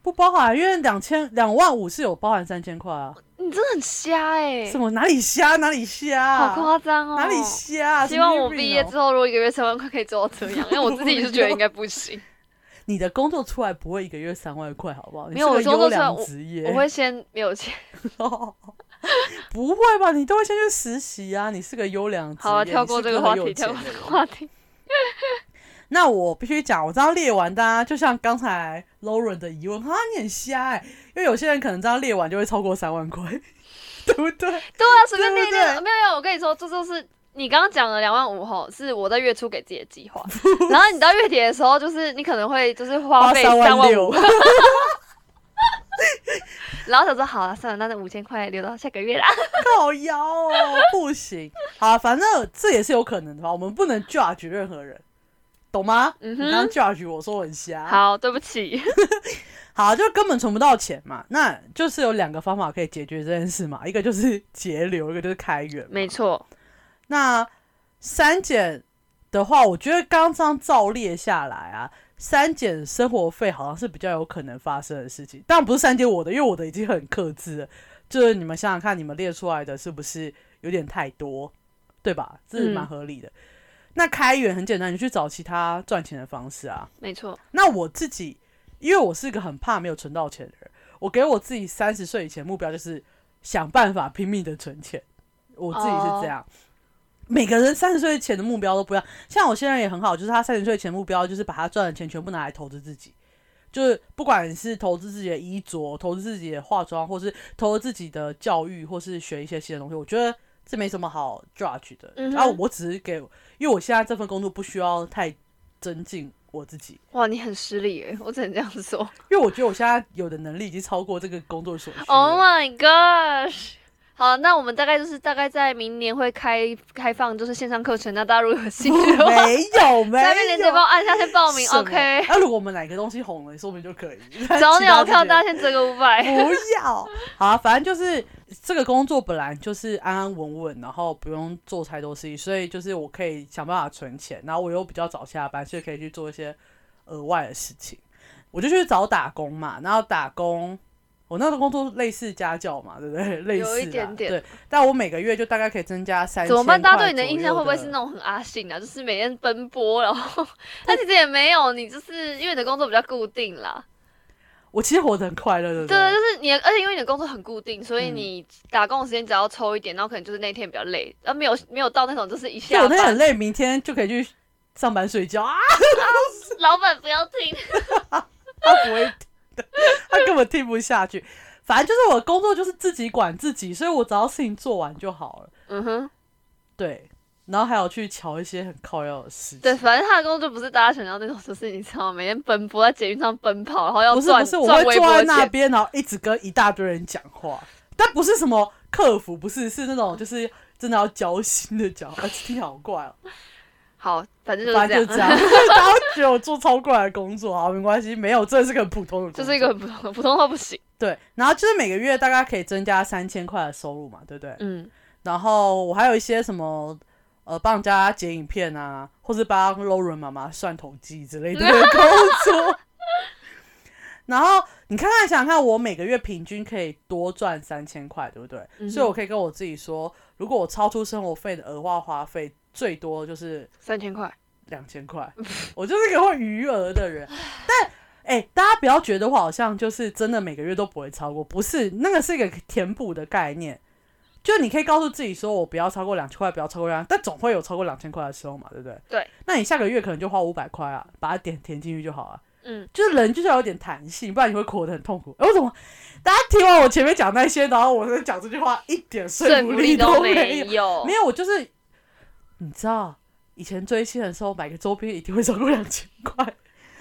S1: 不包含，因为两千两万五是有包含三千块啊。
S2: 你真的很瞎哎、
S1: 什么哪里瞎哪里瞎啊，
S2: 好夸张哦，
S1: 哪里瞎啊、
S2: 希望我
S1: 神经病哦
S2: 毕业之后，如果一个月三万块可以做到这
S1: [LAUGHS]
S2: 样，因为我自己就觉得应该不行。
S1: 你的工作出来不会一个月三万块，好不好？你
S2: 没有
S1: 是个
S2: 我
S1: 优
S2: 工作出来
S1: 良职业，
S2: 我会先没有钱。
S1: [LAUGHS] 不会吧？你都会先去实习啊，你是个优良职业。
S2: 好了，跳过这个话题，跳过这个话
S1: 题。
S2: 题。
S1: 那我必须讲，我这样列完，大家就像刚才 Lauren 的疑问，哈，你很瞎哎、因为有些人可能这样列完就会超过三万块， [LAUGHS] 对不对？
S2: 对啊，随便
S1: 对
S2: 列
S1: 不
S2: 一
S1: 对
S2: 列，没有没有，我跟你说，这就是你刚刚讲的两万五吼，是我在月初给自己的计 [LAUGHS] 划。然后你到月底的时候，就是你可能会就是花费
S1: 万
S2: 三万
S1: 六
S2: 五，，然后想说好了，算了，那那五千块留到下个月啦。
S1: 靠腰哦，不行。好，反正这也是有可能的吧，我们不能 judge 任何人，懂吗？
S2: 嗯
S1: 你刚
S2: 哼，
S1: judge 我说我很瞎，
S2: [LAUGHS] 好，对不起，
S1: 好，就根本存不到钱嘛。那就是有两个方法可以解决这件事嘛，一个就是节流，一个就是开源。
S2: 没错，
S1: 那删减的话，我觉得刚这样照列下来啊，删减生活费好像是比较有可能发生的事情。当然不是删减我的，因为我的已经很克制了。就是你们想想看，你们列出来的是不是有点太多，对吧？这是蛮
S2: 嗯
S1: 合理的。那开源很简单，你去找其他赚钱的方式啊。
S2: 没错，
S1: 那我自己，因为我是一个很怕没有存到钱的人，我给我自己三十岁以前目标就是想办法拼命的存钱，我自己是这
S2: 哦
S1: 样。每个人三十岁前的目标都不一样，像我现在也很好，就是他三十岁前目标就是把他赚的钱全部拿来投资自己，就是不管是投资自己的衣着、投资自己的化妆，或是投资自己的教育，或是学一些新的东西，我觉得这没什么好 judge 的。
S2: 嗯哼
S1: 然后我只是给，因为我现在这份工作不需要太增进我自己，
S2: 哇，你很失礼耶，我只能这样 [LAUGHS] 说。
S1: 因为我觉得我现在有的能力已经超过这个工作所需了。
S2: Oh my gosh！好，那我们大概就是大概在明年会开开放，就是线上课程。那大家如果有兴趣 [LAUGHS] 的话，
S1: [LAUGHS] 没有没有，
S2: 下面链接帮我按下去报名。
S1: 什么
S2: [LAUGHS] OK，
S1: 那如果我们哪个东西红了，说不定就可以
S2: 找
S1: [LAUGHS]
S2: 鸟票，
S1: 单。
S2: 大家先折个五百。
S1: 不要。 [LAUGHS] 好、啊，反正就是这个工作本来就是安安稳稳，然后不用做太多事情，所以就是我可以想办法存钱，然后我又比较早下班，所以可以去做一些额外的事情。我就去找打工嘛，然后打工，我那个工作类似家教嘛，对不对？ [LAUGHS] 类似啊
S2: 一点点
S1: 对，但我每个月就大概可以增加三。
S2: 怎么办？大家对你的印象会不会是那种很阿信啊？就是每天奔波， [LAUGHS] 然后但其实也没有，你就是因为你的工作比较固定啦。
S1: 我其实活得很快乐，对不嗯
S2: 对，就是你的，而且因为你的工作很固定，所以你打工的时间只要抽一点，然后可能就是那天比较累，然后没有没有到那种就是一
S1: 对，
S2: 下
S1: 我那天
S2: 班
S1: 很，累，明天就可以去上班睡觉啊。
S2: 老板不要听。
S1: [LAUGHS] 他不会，他根本听不下去。反正就是我的工作就是自己管自己，所以我只要事情做完就好了。
S2: 嗯哼。
S1: 对，然后还有去瞧一些很靠要的事
S2: [LAUGHS] 对，
S1: 情。
S2: 反正他的工作不是大家想象那种，就是你知道吗，每天奔波在捷运上奔跑，然后要
S1: 不是
S2: 赚
S1: 不是，我
S2: 赚
S1: 会
S2: 微
S1: 坐
S2: 薄
S1: 在
S2: 的
S1: 那
S2: 钱。
S1: 边，然后一直跟一大堆人讲话，但不是什么客服，不是是那种就是真的要交心的讲，而且听好怪哦、
S2: 好，反正就是
S1: 反
S2: 这
S1: 正
S2: 样，
S1: 就这样， [LAUGHS] 大家会觉得我做超怪的工作，好没关系，没有，这是个很普通的工作，
S2: 就是一个很普通普通到不行。
S1: 对。然后就是每个月大概可以增加三千块的收入嘛，对不对？
S2: 嗯，
S1: 然后我还有一些什么呃帮人家剪影片啊，或是帮 Lauren 妈妈算统计之
S2: [LAUGHS]
S1: 类的工作。然后你看看想想看，我每个月平均可以多赚三千块，对不对？
S2: 嗯哼
S1: 所以我可以跟我自己说，如果我超出生活费的额外花费，最多就是
S2: 三千块，
S1: 两千块，我就是一个会余额的人。但哎、大家不要觉得我好像就是真的每个月都不会超过，不是那个是一个填补的概念。就你可以告诉自己说，我不要超过两千块，不要超过两，但总会有超过两千块的时候嘛，对不对？
S2: 对。
S1: 那你下个月可能就花五百块啊，把它点填进去就好了、
S2: 嗯，
S1: 就是人就是要有点弹性，不然你会活得很痛苦。哎、我怎么大家听完我前面讲那些，然后我在讲这句话一点说
S2: 说
S1: 服
S2: 服
S1: 力
S2: 力
S1: 都
S2: 都
S1: 没
S2: 没
S1: 有？
S2: 有
S1: 没。有，我就是你知道，以前追星的时候买个周边一定会超过两千 [LAUGHS] 块，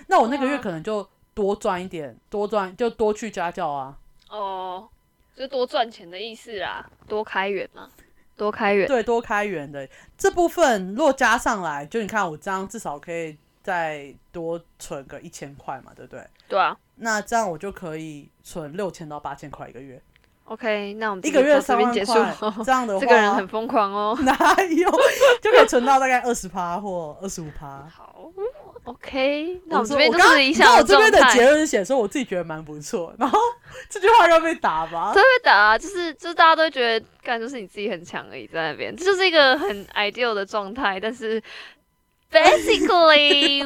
S1: 那我那个月
S2: 哇
S1: 可能就多赚一点，多赚就多去家教啊。
S2: 哦，就是多赚钱的意思啦，多开源嘛，多开源。
S1: 对，多开源的这部分，若加上来，就你看我这样至少可以再多存个一千块嘛，对不对？
S2: 对啊。
S1: 那这样我就可以存六千到八千块一个月，
S2: OK，那我们
S1: 一个月
S2: 这
S1: 三
S2: 边
S1: 万
S2: 结束。
S1: 块，这样的话，
S2: [LAUGHS] 这个人很疯狂哦。
S1: [LAUGHS] 哪有就可以存到大概二十趴或二十五趴。
S2: 好，OK，那我
S1: 我
S2: 们这
S1: 说
S2: 边
S1: 我
S2: 就
S1: 刚
S2: 是
S1: 刚
S2: 理
S1: 你知道
S2: 想
S1: 我这边的
S2: 状态
S1: 结论是写说我自己觉得蛮不错，然后 [LAUGHS] 这句话要被打吧
S2: 这？会打、啊，就是就是大家都会觉得干就是你自己很强而已，在那边，这就是一个很 ideal 的状态，但是。Basically,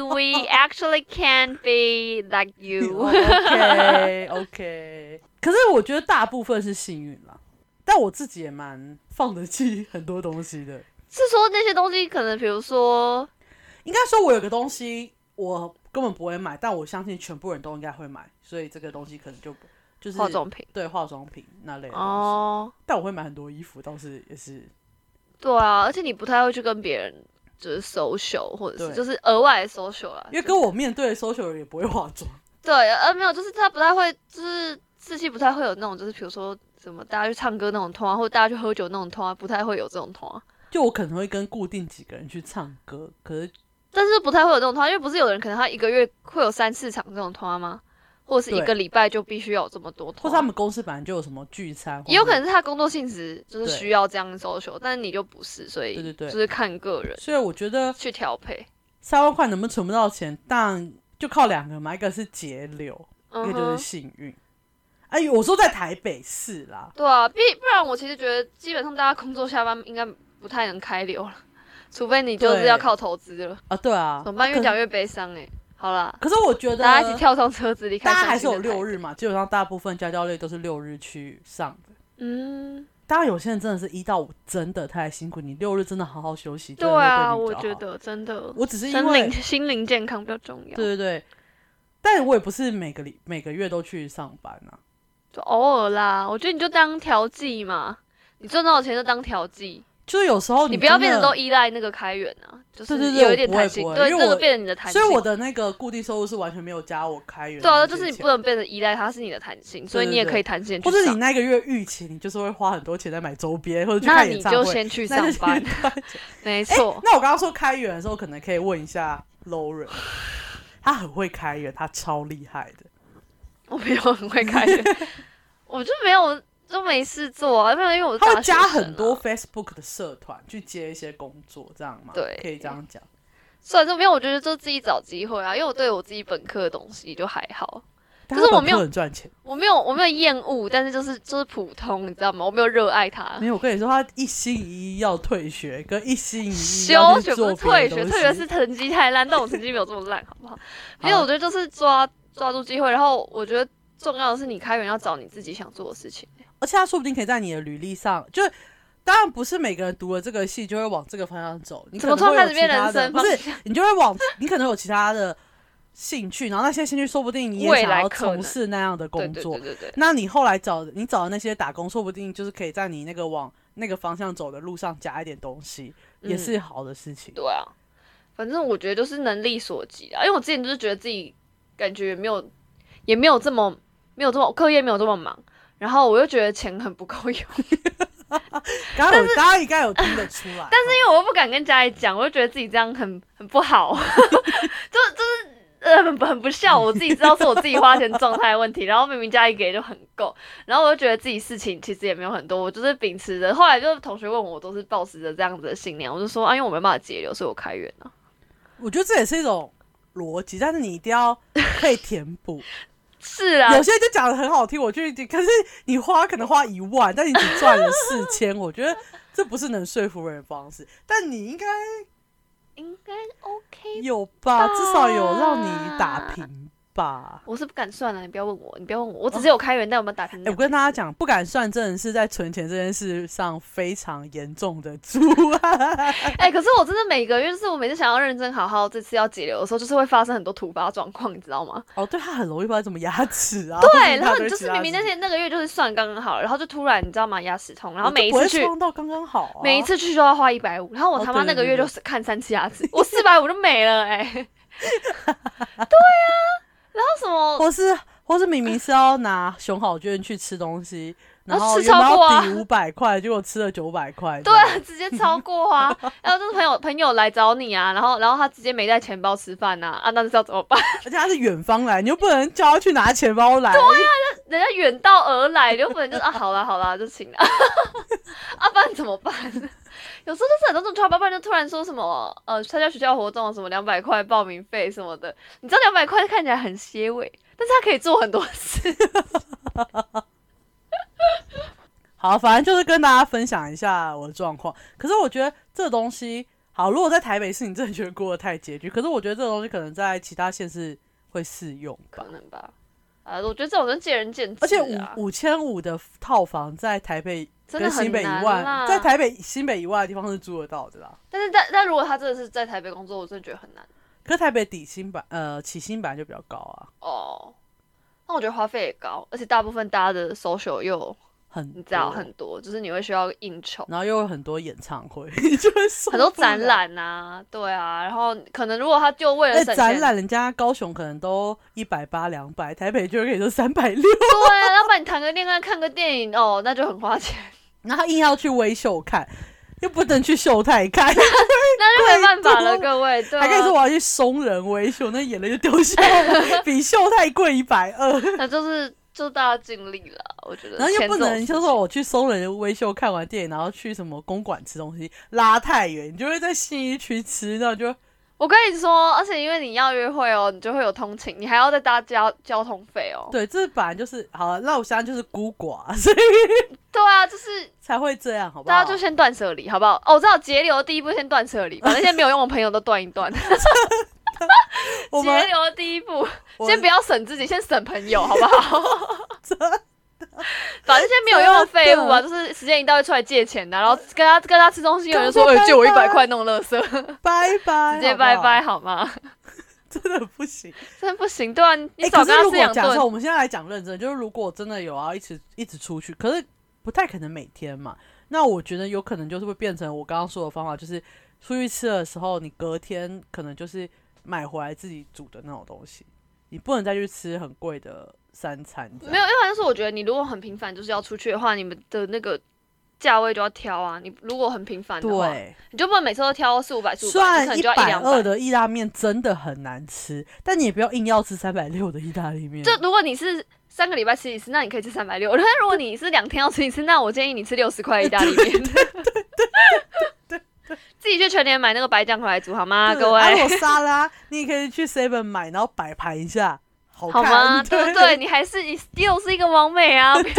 S1: [LAUGHS]
S2: we actually can be like [LAUGHS] you.
S1: OK OK，可是我觉得大部分是幸运啦，但我自己也蛮放得弃 [LAUGHS] 很多东西的。
S2: 是说那些东西，可能比如说，
S1: 应该说，我有个东西我根本不会买，但我相信全部人都应该会买，所以这个东西可能就不就是
S2: 化妆品
S1: 对化妆品那类的东西。
S2: 哦，
S1: 但我会买很多衣服，倒是也是
S2: 对啊，而且你不太会去跟别人就是 social，或者是
S1: 对
S2: 就是额外的 social 啊，
S1: 因为
S2: 就
S1: 跟我面对的 social 人也不会化妆。
S2: 对，呃，没有，就是他不太会，就是士气不太会有那种，就是比如说什么大家去唱歌那种通啊，或者大家去喝酒那种通啊，不太会有这种通啊。
S1: 就我可能会跟固定几个人去唱歌，可是
S2: 但是不太会有这种团，因为不是有人可能他一个月会有三四场这种团吗？或者是一
S1: 对
S2: 个礼拜就必须要有这么多
S1: 或
S2: 团？
S1: 是他们公司本来就有什么聚餐，
S2: 也有
S1: 或
S2: 可
S1: 是
S2: 能是他工作性质就是
S1: 对
S2: 需要这样 social，但是你就不是，所以
S1: 对对对
S2: 就是看个人
S1: 所以我觉得
S2: 去调配。
S1: 三万块能不能存不到钱，但就靠两个嘛，一个是节流，一
S2: 嗯
S1: 个就是
S2: 哼，
S1: 幸运。哎，我说在台北市啦，
S2: 对啊，不不然我其实觉得基本上大家工作下班应该不太能开流了，除非你就是
S1: 对
S2: 要靠投资了，
S1: 啊，对啊，
S2: 怎么办？
S1: 啊
S2: 越讲越悲伤哎、好啦，
S1: 可是可是我觉得
S2: 大家一起，跳上车子离开。
S1: 大家还是有六，日嘛，基本上大部分家教类都是六日去上的。
S2: 嗯，
S1: 当然，有些人真的是一到五真的太辛苦，你六日真的好好休息。
S2: 对
S1: 真的会
S2: 啊，
S1: 对你
S2: 我
S1: 比较
S2: 觉
S1: 好，
S2: 得真的，
S1: 我只是因
S2: 心灵
S1: 为
S2: 心灵健康比较重要，
S1: 对对对，但我也不是每个礼每个月都去上班啊。
S2: 就偶尔啦。我觉得你就当调剂嘛，你赚到的钱就当调剂，
S1: 就是有时候哦
S2: 你
S1: 你
S2: 不要变得
S1: 得
S2: 都依赖那个开源啊，就
S1: 对对
S2: 是
S1: 对
S2: 有
S1: 我
S2: 一点
S1: 不会
S2: 弹性
S1: 不，会
S2: 对，
S1: 因为
S2: 这个
S1: 我
S2: 变成你的弹性。
S1: 所以我的那个固定收入是完全没有加我开源的
S2: 对啊，
S1: 那些钱。
S2: 就是你不能变得依赖它，是你的弹性，所以
S1: 对
S2: 你也
S1: 对
S2: 可以弹性地
S1: 或者
S2: 去
S1: 你
S2: 上
S1: 那个月预期，你就是会花很多钱在买周边或者去
S2: 那
S1: 看演
S2: 你
S1: 唱
S2: 就
S1: 会。
S2: 先去
S1: [LAUGHS] 那
S2: 上
S1: 就
S2: 班，
S1: 去
S2: [LAUGHS] 没
S1: 哎
S2: 错。
S1: 那我刚刚说开源的时候，可能可以问一下 Lauren，他很会开源，他超厉害的。
S2: 我没有很会开源，
S1: 哎 [LAUGHS]
S2: 我就没有就没事做啊，没有因为我是
S1: 他
S2: 大
S1: 会
S2: 学
S1: 加
S2: 生
S1: 很多
S2: 啊，
S1: Facebook 的社团去接一些工作，这样吗？
S2: 对
S1: 可以这样讲。
S2: 虽然说没有，我觉得就自己找机会啊，因为我对我自己本科的东西就还好，
S1: 但
S2: 可是
S1: 他
S2: 我
S1: 本
S2: 没有
S1: 科很赚钱，
S2: 我没有我没有厌恶，但是就是就是普通，你知道吗？我没有热爱它
S1: 没。有。我跟你说，他一心一意要退学，跟一心一意要
S2: 休
S1: 去
S2: 学不
S1: 做
S2: 是退学，
S1: 别的东西
S2: 退学是成绩太烂，但我成绩没有这么烂，好不好？没有，
S1: 好
S2: 我觉得就是抓抓住机会，然后我觉得重要的是你开源要找你自己想做的事情。
S1: 而且他说不定可以在你的履历上，就是当然不是每个人读了这个系就会往这个方向走，你可
S2: 怎么
S1: 能
S2: 突然
S1: 会有
S2: 开
S1: 其
S2: 始变
S1: 他
S2: 人
S1: 的，
S2: 生
S1: 不
S2: 方
S1: 是
S2: 向？
S1: 你就会往，你可能有其他的兴趣，然后那些兴趣说不定你也
S2: 未
S1: 想
S2: 来
S1: 要
S2: 可能
S1: 从事那样的
S2: 对
S1: 工
S2: 对
S1: 作
S2: 对，对对，
S1: 那你后来找你找的那些打工，说不定就是可以在你那个往那个方向走的路上加一点东西，也
S2: 嗯
S1: 是好的事情。
S2: 对啊，反正我觉得就是能力所及啊，因为我之前就是觉得自己感觉没有，也没有这么没有这么课业没有这么忙，然后我又觉得钱很不够用， [LAUGHS]
S1: 刚刚有大家应该有听得出来，但是
S2: 因为我又不敢跟家里讲，我就觉得自己这样很很不好， [LAUGHS] 就就是呃很很不孝，我自己知道是我自己花钱状态的问题，然后明明家里给就很够，然后我就觉得自己事情其实也没有很多，我就是秉持着，后来就是同学问我，我都是抱持着这样子的信念，我就说啊，因为我没办法节流，所以我开源啊，
S1: 我觉得这也是一种逻辑，但是你一定要可以填补。
S2: 是啊，
S1: 有些就讲的很好听，我就一定，可是你花可能花一万，但你只赚了四千，我觉得这不是能说服人的方式。但你应该
S2: 应该 OK
S1: 有吧，至少有让你打平吧。
S2: 我是不敢算了，你不要问我，你不要问我，我只是有开源，但有没有打平
S1: 哎、
S2: 量？
S1: 我跟大家讲，不敢算真的是在存钱这件事上非常严重的猪啊！
S2: 哎、可是我真的每个月，就是我每次想要认真好好这次要节流的时候，就是会发生很多突发状况，你知道吗？
S1: 哦，对，他很容易不知道怎么牙齿啊。或者
S2: 对，
S1: 一大
S2: 然后你
S1: 堆
S2: 就
S1: 其
S2: 是
S1: 他
S2: 明明那
S1: 事情，
S2: 天那个月就是算刚刚好，然后就突然你知道吗？牙齿痛，然后
S1: 我就
S2: 每一
S1: 不
S2: 次
S1: 会
S2: 去，
S1: 创到刚刚好、啊，
S2: 每一次去都要花一百五，然后我
S1: 哦
S2: 他
S1: 对
S2: 妈
S1: 对
S2: 那个
S1: 对
S2: 月
S1: 对
S2: 就是看三次牙齿，我四百五就没了
S1: [LAUGHS]
S2: 哎、对啊，啊然后什
S1: [LAUGHS]
S2: 么
S1: 或是或是明明是要拿熊好券去吃东西，然后
S2: 哦吃
S1: 原本
S2: 超过
S1: 要
S2: 啊
S1: 抵五百块，结果吃了九百块。
S2: 对啊，直接超过啊！然后就是朋友朋友来找你啊，然后然后他直接没带钱包吃饭呐、啊，啊，那是要怎么办？
S1: 而且他是远方来，你又不能叫他去拿钱包来。
S2: 啊人家远道而来，你又不
S1: [LAUGHS]
S2: 能就是啊，好啦好啦，就请啦， [LAUGHS] 啊，不然怎么办？ [LAUGHS] 有时候就是很多这种 trouble，不然就突然说什么呃，参加学校活动什么两百块报名费什么的，你知道两百块看起来很些微，但是他可以做很多事。
S1: 好，反正就是跟大家分享一下我的状况。可是我觉得这东西，好，如果在台北市，你真的觉得过得太拮据。可是我觉得这东西可能在其他县市会适用
S2: 可
S1: 吧。
S2: 能吧。啊，我觉得这种人见仁见智、啊，
S1: 而且五五千五的套房在台北
S2: 真的
S1: 跟
S2: 很
S1: 新北以
S2: 难
S1: 外，
S2: 啦。
S1: 在台北新北以外的地方是租得到的啦。
S2: 但是但但如果他真的是在台北工作，我真的觉得很难。
S1: 可是台北底薪版呃起薪版就比较高啊，
S2: 哦，那我觉得花费也高，而且大部分大家的 social 又
S1: 很
S2: 你知道
S1: 多
S2: 很多，就是你会需要应酬，
S1: 然后又有很多演唱会， [LAUGHS] 你就会受
S2: 很多
S1: 不了
S2: 展。览啊，对啊，然后可能如果他就为了
S1: 哎，
S2: 省
S1: 展
S2: 钱，
S1: 览人家高雄可能都一百八两百，台北就可以说三百六，[LAUGHS]
S2: [LAUGHS] 对啊，要不然你谈个恋爱、看个电影哦，那就很花钱，
S1: 然后硬要去微秀看，又不能去秀泰看， [LAUGHS]
S2: 那就没办法了，
S1: 贵
S2: 各位，对、
S1: 还跟你说
S2: 啊，
S1: 我要去松仁微秀，那眼泪就掉下来，比秀泰贵一百二，
S2: [LAUGHS] 那就是就大家尽力了，我觉得，
S1: 然后又不能就
S2: 就是
S1: 说我去松仁微秀看完电影，然后去什么公馆吃东西，拉太远，你就会在信义区吃，那就
S2: 我跟你说，而且因为你要约会哦，你就会有通勤，你还要再搭交交通费哦，
S1: 对，这本来就是好了，那我现在就是孤寡， [LAUGHS] 所以
S2: 对啊，就是
S1: 才会这样，好不好？
S2: 大家就先断舍离，好不好？哦，我知道节流的第一步先断舍离，把那些没有用的朋友都断一断。
S1: 我们
S2: 节流的第一步，
S1: 我
S2: 先不要省自己，先省朋
S1: [LAUGHS]
S2: 友，好不好？把那些没有用的废物啊，就是时间一到会出来借钱的、然后跟他跟他吃东西，有人说：“
S1: 赶快
S2: 哎，借我一
S1: 拜拜
S2: 百块弄垃圾，
S1: 拜拜，
S2: 直接
S1: 好不好
S2: 拜拜，，好吗
S1: [LAUGHS] 真的不行。？”
S2: 真不行，对啊，你
S1: 哎、
S2: 你少
S1: 可是
S2: 跟
S1: 如
S2: 他吃
S1: 果
S2: 两
S1: 假设
S2: 顿。
S1: 我们现在来讲认真，就是如果真的有要一直一直出去，可是不太可能每天嘛。那我觉得有可能就是会变成我刚刚说的方法，就是出去吃的时候，你隔天可能就是买回来自己煮的那种东西，你不能再去吃很贵的三餐这样。
S2: 没有，因为好像是我觉得你如果很频繁就是要出去的话，你们的那个价位就要挑啊。你如果很频繁的话，
S1: 对，
S2: 你就不能每次都挑四五百、四五
S1: 虽
S2: 百，你
S1: 然
S2: 可能
S1: 一
S2: 就要一
S1: 百
S2: 两
S1: 二
S2: 百。
S1: 的意大面真的很难吃，但你也不要硬要吃三百六的意大利面。
S2: 就如果你是三个礼拜吃一次，那你可以吃三百六。那如果你是两天要吃一次，那我建议你吃六十块意大利面。自己去全年买那个白酱回来煮好吗，
S1: 对
S2: 各
S1: 啊如
S2: 位？
S1: 果沙拉，你也可以去 Seven 买，然后摆盘一下，好
S2: 好
S1: 看，
S2: 吗？对
S1: 对
S2: 不对？你还是你又是一个王美啊！不要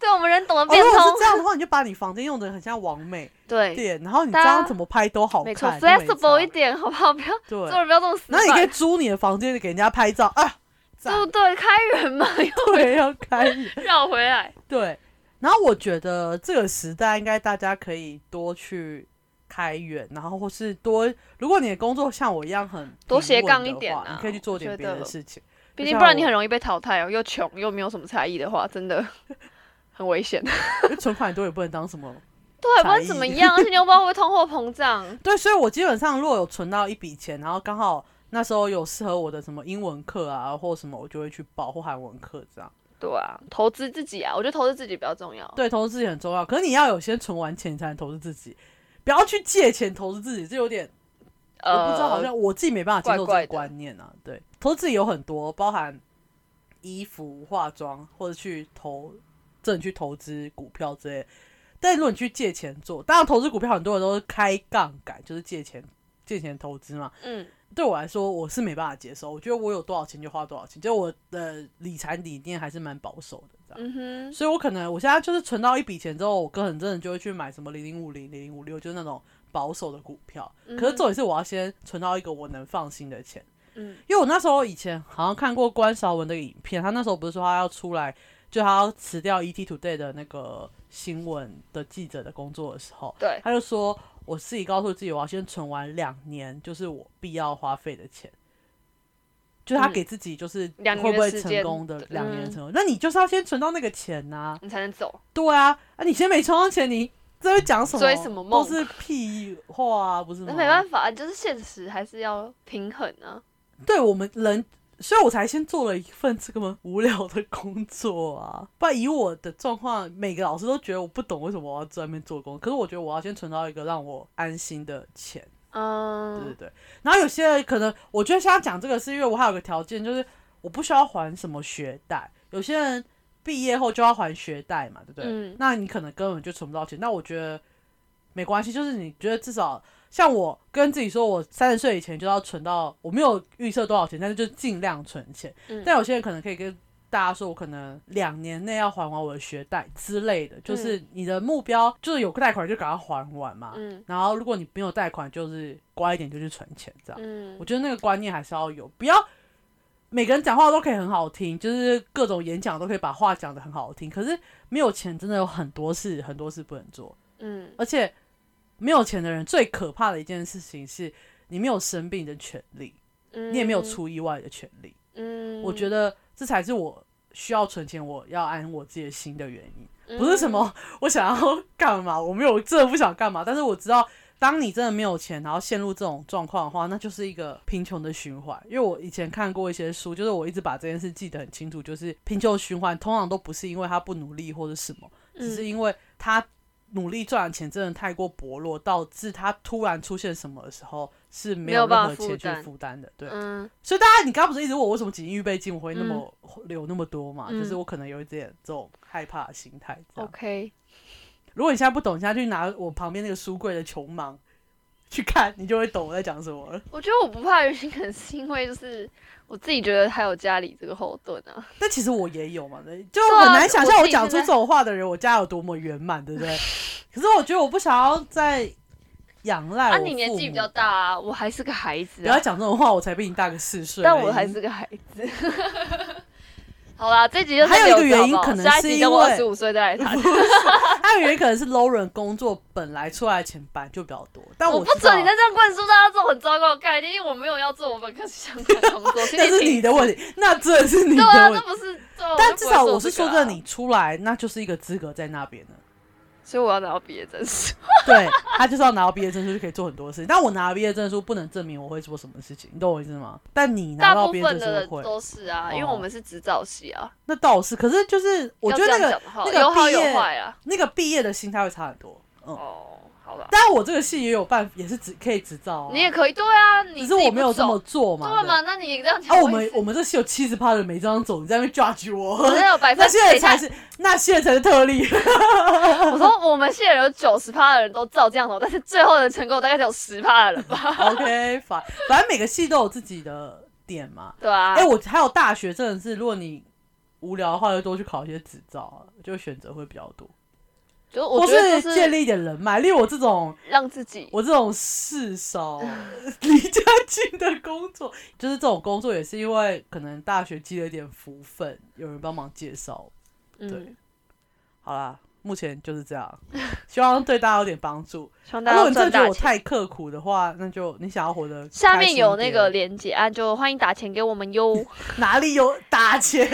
S2: 对我们人懂得
S1: [LAUGHS] 哦，
S2: 变
S1: 如果
S2: 通
S1: 是，这样的话，你就把你房间用的很像完美
S2: 对，
S1: 店，然后你这
S2: 大
S1: 样
S2: 家
S1: 怎么拍都好看，
S2: 没错
S1: 就没
S2: ，flexible
S1: 差
S2: 一点好不好？不要做
S1: 对。
S2: 人不要这么死
S1: 然后你可以
S2: 板，
S1: 租你的房间给人家拍照啊，赞
S2: 对不对？开源嘛，
S1: 对，要开眼
S2: 又绕回来。
S1: 对，然后我觉得这个时代应该大家可以多去开源，然后或是多，如果你的工作像我一样很
S2: 多
S1: 平
S2: 斜
S1: 稳
S2: 杠
S1: 的
S2: 一点
S1: 话
S2: 啊
S1: 你可以去做
S2: 我
S1: 点
S2: 觉
S1: 别的
S2: 得
S1: 事情。
S2: 毕
S1: 就
S2: 竟
S1: 像
S2: 不然你
S1: 我
S2: 很容易被淘汰哦，又穷又没有什么才艺的话，真的很危险。
S1: 因为存款多也不能当什么。
S2: 对，不
S1: 才
S2: 管
S1: 艺
S2: 怎么样，而且你又不知道会不会通货膨胀。
S1: 对，所以我基本上如果有存到一笔钱，然后刚好那时候有适合我的什么英文课啊，或什么，我就会去报或韩文课这样。
S2: [LAUGHS] 对啊，投资自己啊，我觉得投资自己比较重要。
S1: 对，投资自己很重要，可是你要有先存完钱，你才能投资自己，不要去借钱投资自己，这有点
S2: 呃
S1: 我不知道，好像我自己没办法接受这个
S2: 怪怪的
S1: 观念啊。对，投资有很多，包含衣服、化妆，或者去投，真的去投资股票之类的。但如果你去借钱做，当然投资股票很多人都是开杠杆，就是借钱借钱投资嘛。
S2: 嗯，
S1: 对我来说，我是没办法接受。我觉得我有多少钱就花多少钱，就我的理财理念还是蛮保守的。这样
S2: 嗯哼，
S1: 所以我可能我现在就是存到一笔钱之后，我个人真的就会去买什么零零五零、零零五六，就是那种保守的股票。可是重点是我要先存到一个我能放心的钱，
S2: 嗯，
S1: 因为我那时候以前好像看过关韶文的影片，他那时候不是说他要出来，就他要辞掉 ET Today 的那个新闻的记者的工作的时候，
S2: 对，
S1: 他就说我自己告诉自己，我要先存完两年，就是我必要花费的钱。就是他
S2: 嗯
S1: 给自己，就是
S2: 两年
S1: 会不会
S2: 的时
S1: 成
S2: 间
S1: 功的两年的
S2: 嗯
S1: 成功？那你就是要先存到那个钱呐、
S2: 你才能走。
S1: 对啊，啊，你先没充到钱，你这会讲什么？
S2: 追什么梦
S1: 都是屁话啊，不是吗？
S2: 那没办法，就是现实还是要平衡啊。
S1: 对我们人，所以我才先做了一份这么无聊的工作啊。 [LAUGHS] 不然以我的状况，每个老师都觉得我不懂为什么我要在那边做工，可是我觉得我要先存到一个让我安心的钱，对对
S2: 嗯，
S1: 对。然后有些人可能，我觉得现在讲这个是因为我还有个条件，就是我不需要还什么学贷，有些人。毕业后就要还学贷嘛，对不对？
S2: 嗯
S1: 那你可能根本就存不到钱。那我觉得没关系，就是你觉得至少像我跟自己说，我三十岁以前就要存到，我没有预测多少钱，但是就尽量存钱。
S2: 嗯
S1: 但有些人可能可以跟大家说，我可能两年内要还完我的学贷之类的，就是你的目标就是有贷款就赶快还完嘛。
S2: 嗯
S1: 然后如果你没有贷款，就是乖一点就去存钱这样。我
S2: 嗯，
S1: 觉得那个观念还是要有，不要每个人讲话都可以很好听，就是各种演讲都可以把话讲得很好听。可是没有钱，真的有很多事，很多事不能做。
S2: 嗯，
S1: 而且没有钱的人最可怕的一件事情是，你没有生病的权利，
S2: 嗯，
S1: 你也没有出意外的权利。
S2: 嗯，
S1: 我觉得这才是我需要存钱，我要安我自己的心的原因。
S2: 嗯
S1: 不是什么 [LAUGHS] 我想要干嘛，我没有真的不想干嘛，但是我知道，当你真的没有钱，然后陷入这种状况的话，那就是一个贫穷的循环。因为我以前看过一些书，就是我一直把这件事记得很清楚，就是贫穷循环通常都不是因为他不努力或者什么，
S2: 嗯
S1: 只是因为他努力赚的钱真的太过薄弱，导致他突然出现什么的时候是没
S2: 没有
S1: 有任
S2: 办
S1: 何
S2: 法负
S1: 钱去
S2: 担
S1: 负担的。对，
S2: 嗯，
S1: 所以大家，你刚刚不是一直问我为什么紧急预备金我会那么、 [LAUGHS] 留那么多嘛？
S2: 嗯
S1: 就是我可能有一点这种害怕的心态。这样
S2: OK，
S1: 如果你现在不懂，你现在去拿我旁边那个书柜的穷忙去看，你就会懂我在讲什
S2: [LAUGHS]
S1: 么了。
S2: 我觉得我不怕的原因，可能是因为就是我自己觉得还有家里这个后盾啊。
S1: 但其实我也有嘛，就
S2: 对啊
S1: 很难想象
S2: 我
S1: 我
S2: 自己
S1: 讲出
S2: 现
S1: 这
S2: 在
S1: 种话的人，我家有多么圆满，对不
S2: [LAUGHS]
S1: 对？可是我觉得我不想要再仰赖我
S2: 啊，
S1: 父母。
S2: 你年纪比较大啊，我还是个孩子
S1: 不
S2: 啊
S1: [LAUGHS] 要，讲这种话，我才比你大个四岁而已。
S2: 但我还是个孩子。 [LAUGHS] 好啦，这集就
S1: 还有一个
S2: 先留着
S1: 原因
S2: 好不好
S1: 可能
S2: 下一
S1: 是
S2: 集
S1: 因
S2: 等我
S1: 为
S2: 二十五岁再来谈。
S1: 啊还有原因可能是 Lauren 工作本来出来前班就比较多，但
S2: 我不
S1: 知道
S2: 准你再这样灌输大家这种很糟糕的概念，因为我没有要做我本科相关的工作。谢谢
S1: [LAUGHS] 那是你的问题，那真的是你
S2: 对
S1: 的
S2: 啊，
S1: 问
S2: 这
S1: 题。
S2: 不是。对啊
S1: 但至少我
S2: 我
S1: 是
S2: 就不会做
S1: 说
S2: 这个
S1: 着
S2: 啊
S1: 你，出来，那就是一个资格在那边的。
S2: 所以我要拿到毕业证
S1: [LAUGHS]
S2: 书。
S1: 对他就是要拿到毕业证书就可以做很多事情，但我拿到毕业证书不能证明我会做什么事情，你懂我意思吗？但你拿
S2: 大
S1: 到
S2: 部
S1: 毕业
S2: 分
S1: 证
S2: 的人
S1: 书会，
S2: 都是啊，因为
S1: 哦
S2: 我们是执照系啊。
S1: 那倒是。可是就是我觉得
S2: 要
S1: 那个
S2: 这样讲的话
S1: 那个
S2: 有好有
S1: 毕业
S2: 坏啊。
S1: 那个毕业的心态会差很多。嗯，
S2: 哦，好吧，
S1: 当然我这个戏也有办，也是只可以执照、啊，
S2: 你也可以。对啊，你
S1: 只是
S2: 自己
S1: 我
S2: 不
S1: 没有这
S2: 走
S1: 么做嘛。
S2: 对嘛？那你这样讲
S1: 啊，
S2: 也
S1: 我
S2: 是，
S1: 们我们这戏有七十趴的每张走，你在那边 judge
S2: 我
S1: 我， [LAUGHS]
S2: 那有百
S1: 那
S2: 啊分之
S1: 些人才是那些人才是特
S2: [LAUGHS]
S1: 例。
S2: 我说我们现在有九十趴的人都照这样走，但是最后的成功大概只有十趴的人吧？
S1: [LAUGHS] OK，反反正每个戏都有自己的点嘛。
S2: 对啊，
S1: 哎、我还有大学真的是，如果你无聊的话，就多去考一些执照啊，就选择会比较多，
S2: 就我
S1: 或
S2: 觉得就是
S1: 建立一点人脉。例如我这种
S2: 让自己
S1: 我这种事
S2: [LAUGHS]
S1: 少离家近的工作，就是这种工作也是因为可能大学积了一点福分，有人帮忙介绍。
S2: 嗯，
S1: 好啦，目前就是这
S2: [LAUGHS]
S1: 样，希望对大家有点帮助。
S2: 希望大
S1: 如
S2: 家
S1: 果
S2: 都
S1: 你真的
S2: 赚
S1: 觉
S2: 大
S1: 得我
S2: 钱。
S1: 太刻苦的话，那就你想要活得
S2: 下
S1: 开
S2: 面
S1: 心
S2: 有
S1: 一
S2: 那
S1: 点
S2: 个连接啊，就欢迎打钱给我
S1: [LAUGHS]
S2: 们哟。
S1: 哪里有打钱，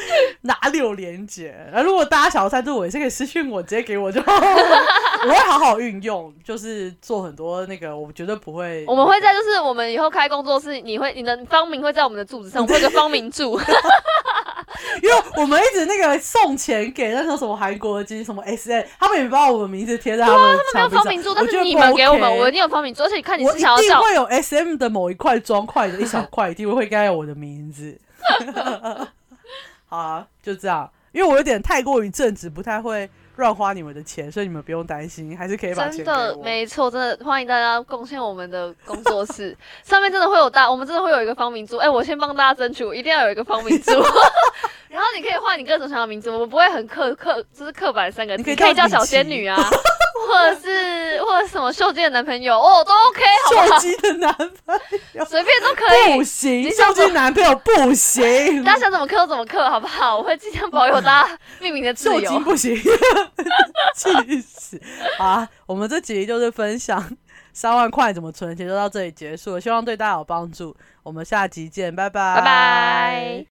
S1: [LAUGHS] 哪里有连接。那如果大家想要赞助我，也是可以私信我，直接给我就好， [LAUGHS] 我会好好运用，就是做很多那个，我绝对不会。
S2: 我们会在就是我们以后开工作室，你会你的芳名会在我们的柱子上，我们会有个芳名柱。
S1: 因为我们一直那个送钱给那种什么韩国金什么 S N，他们也把我们名字贴在他们的
S2: 啊没有
S1: 墙壁上。
S2: 芳名柱，但
S1: 我觉
S2: 是
S1: 得
S2: 你
S1: 不
S2: 们给我
S1: OK
S2: 们，我一定有芳名柱。而且你看你
S1: 我
S2: 是
S1: 一
S2: 想要
S1: 定
S2: 照，
S1: 会有 S M 的某一块砖块的一小块，一定会该有我的名字。 [LAUGHS] 好啊，就这样，因为我有点太过于正直，不太会乱花你们的钱，所以你们不用担心，还是可以把
S2: 真
S1: 钱
S2: 的
S1: 给我。
S2: 没错，真的欢迎大家贡献我们的工作室，上面真的会有大，我们真的会有一个方明珠。哎、我先帮大家争取，我一定要有一个
S1: [LAUGHS]
S2: 方明珠。然后你可以换你各种想要的名字，我们不会很刻刻，就是刻板三个字，
S1: 你可以
S2: 可以
S1: 叫
S2: 叫
S1: 米奇
S2: 小仙
S1: [LAUGHS]
S2: 女啊，或者是或者什么秀娟的男朋友哦，都 OK，好不
S1: 秀
S2: 好？
S1: 姬的男朋友
S2: 随便都可
S1: 不
S2: 以，
S1: 行，
S2: 你
S1: 秀
S2: 想
S1: 姬男朋友不行，
S2: [LAUGHS] 大家想怎么刻就怎么刻，好不好？我会尽量保有大家命名的自
S1: 秀
S2: 由
S1: 姬。不行， [LAUGHS] 气死！好啊，我们这集就是分享 [LAUGHS] 三万块怎么存钱，就到这里结束了，希望对大家有帮助。我们下集见，拜拜，
S2: 拜拜。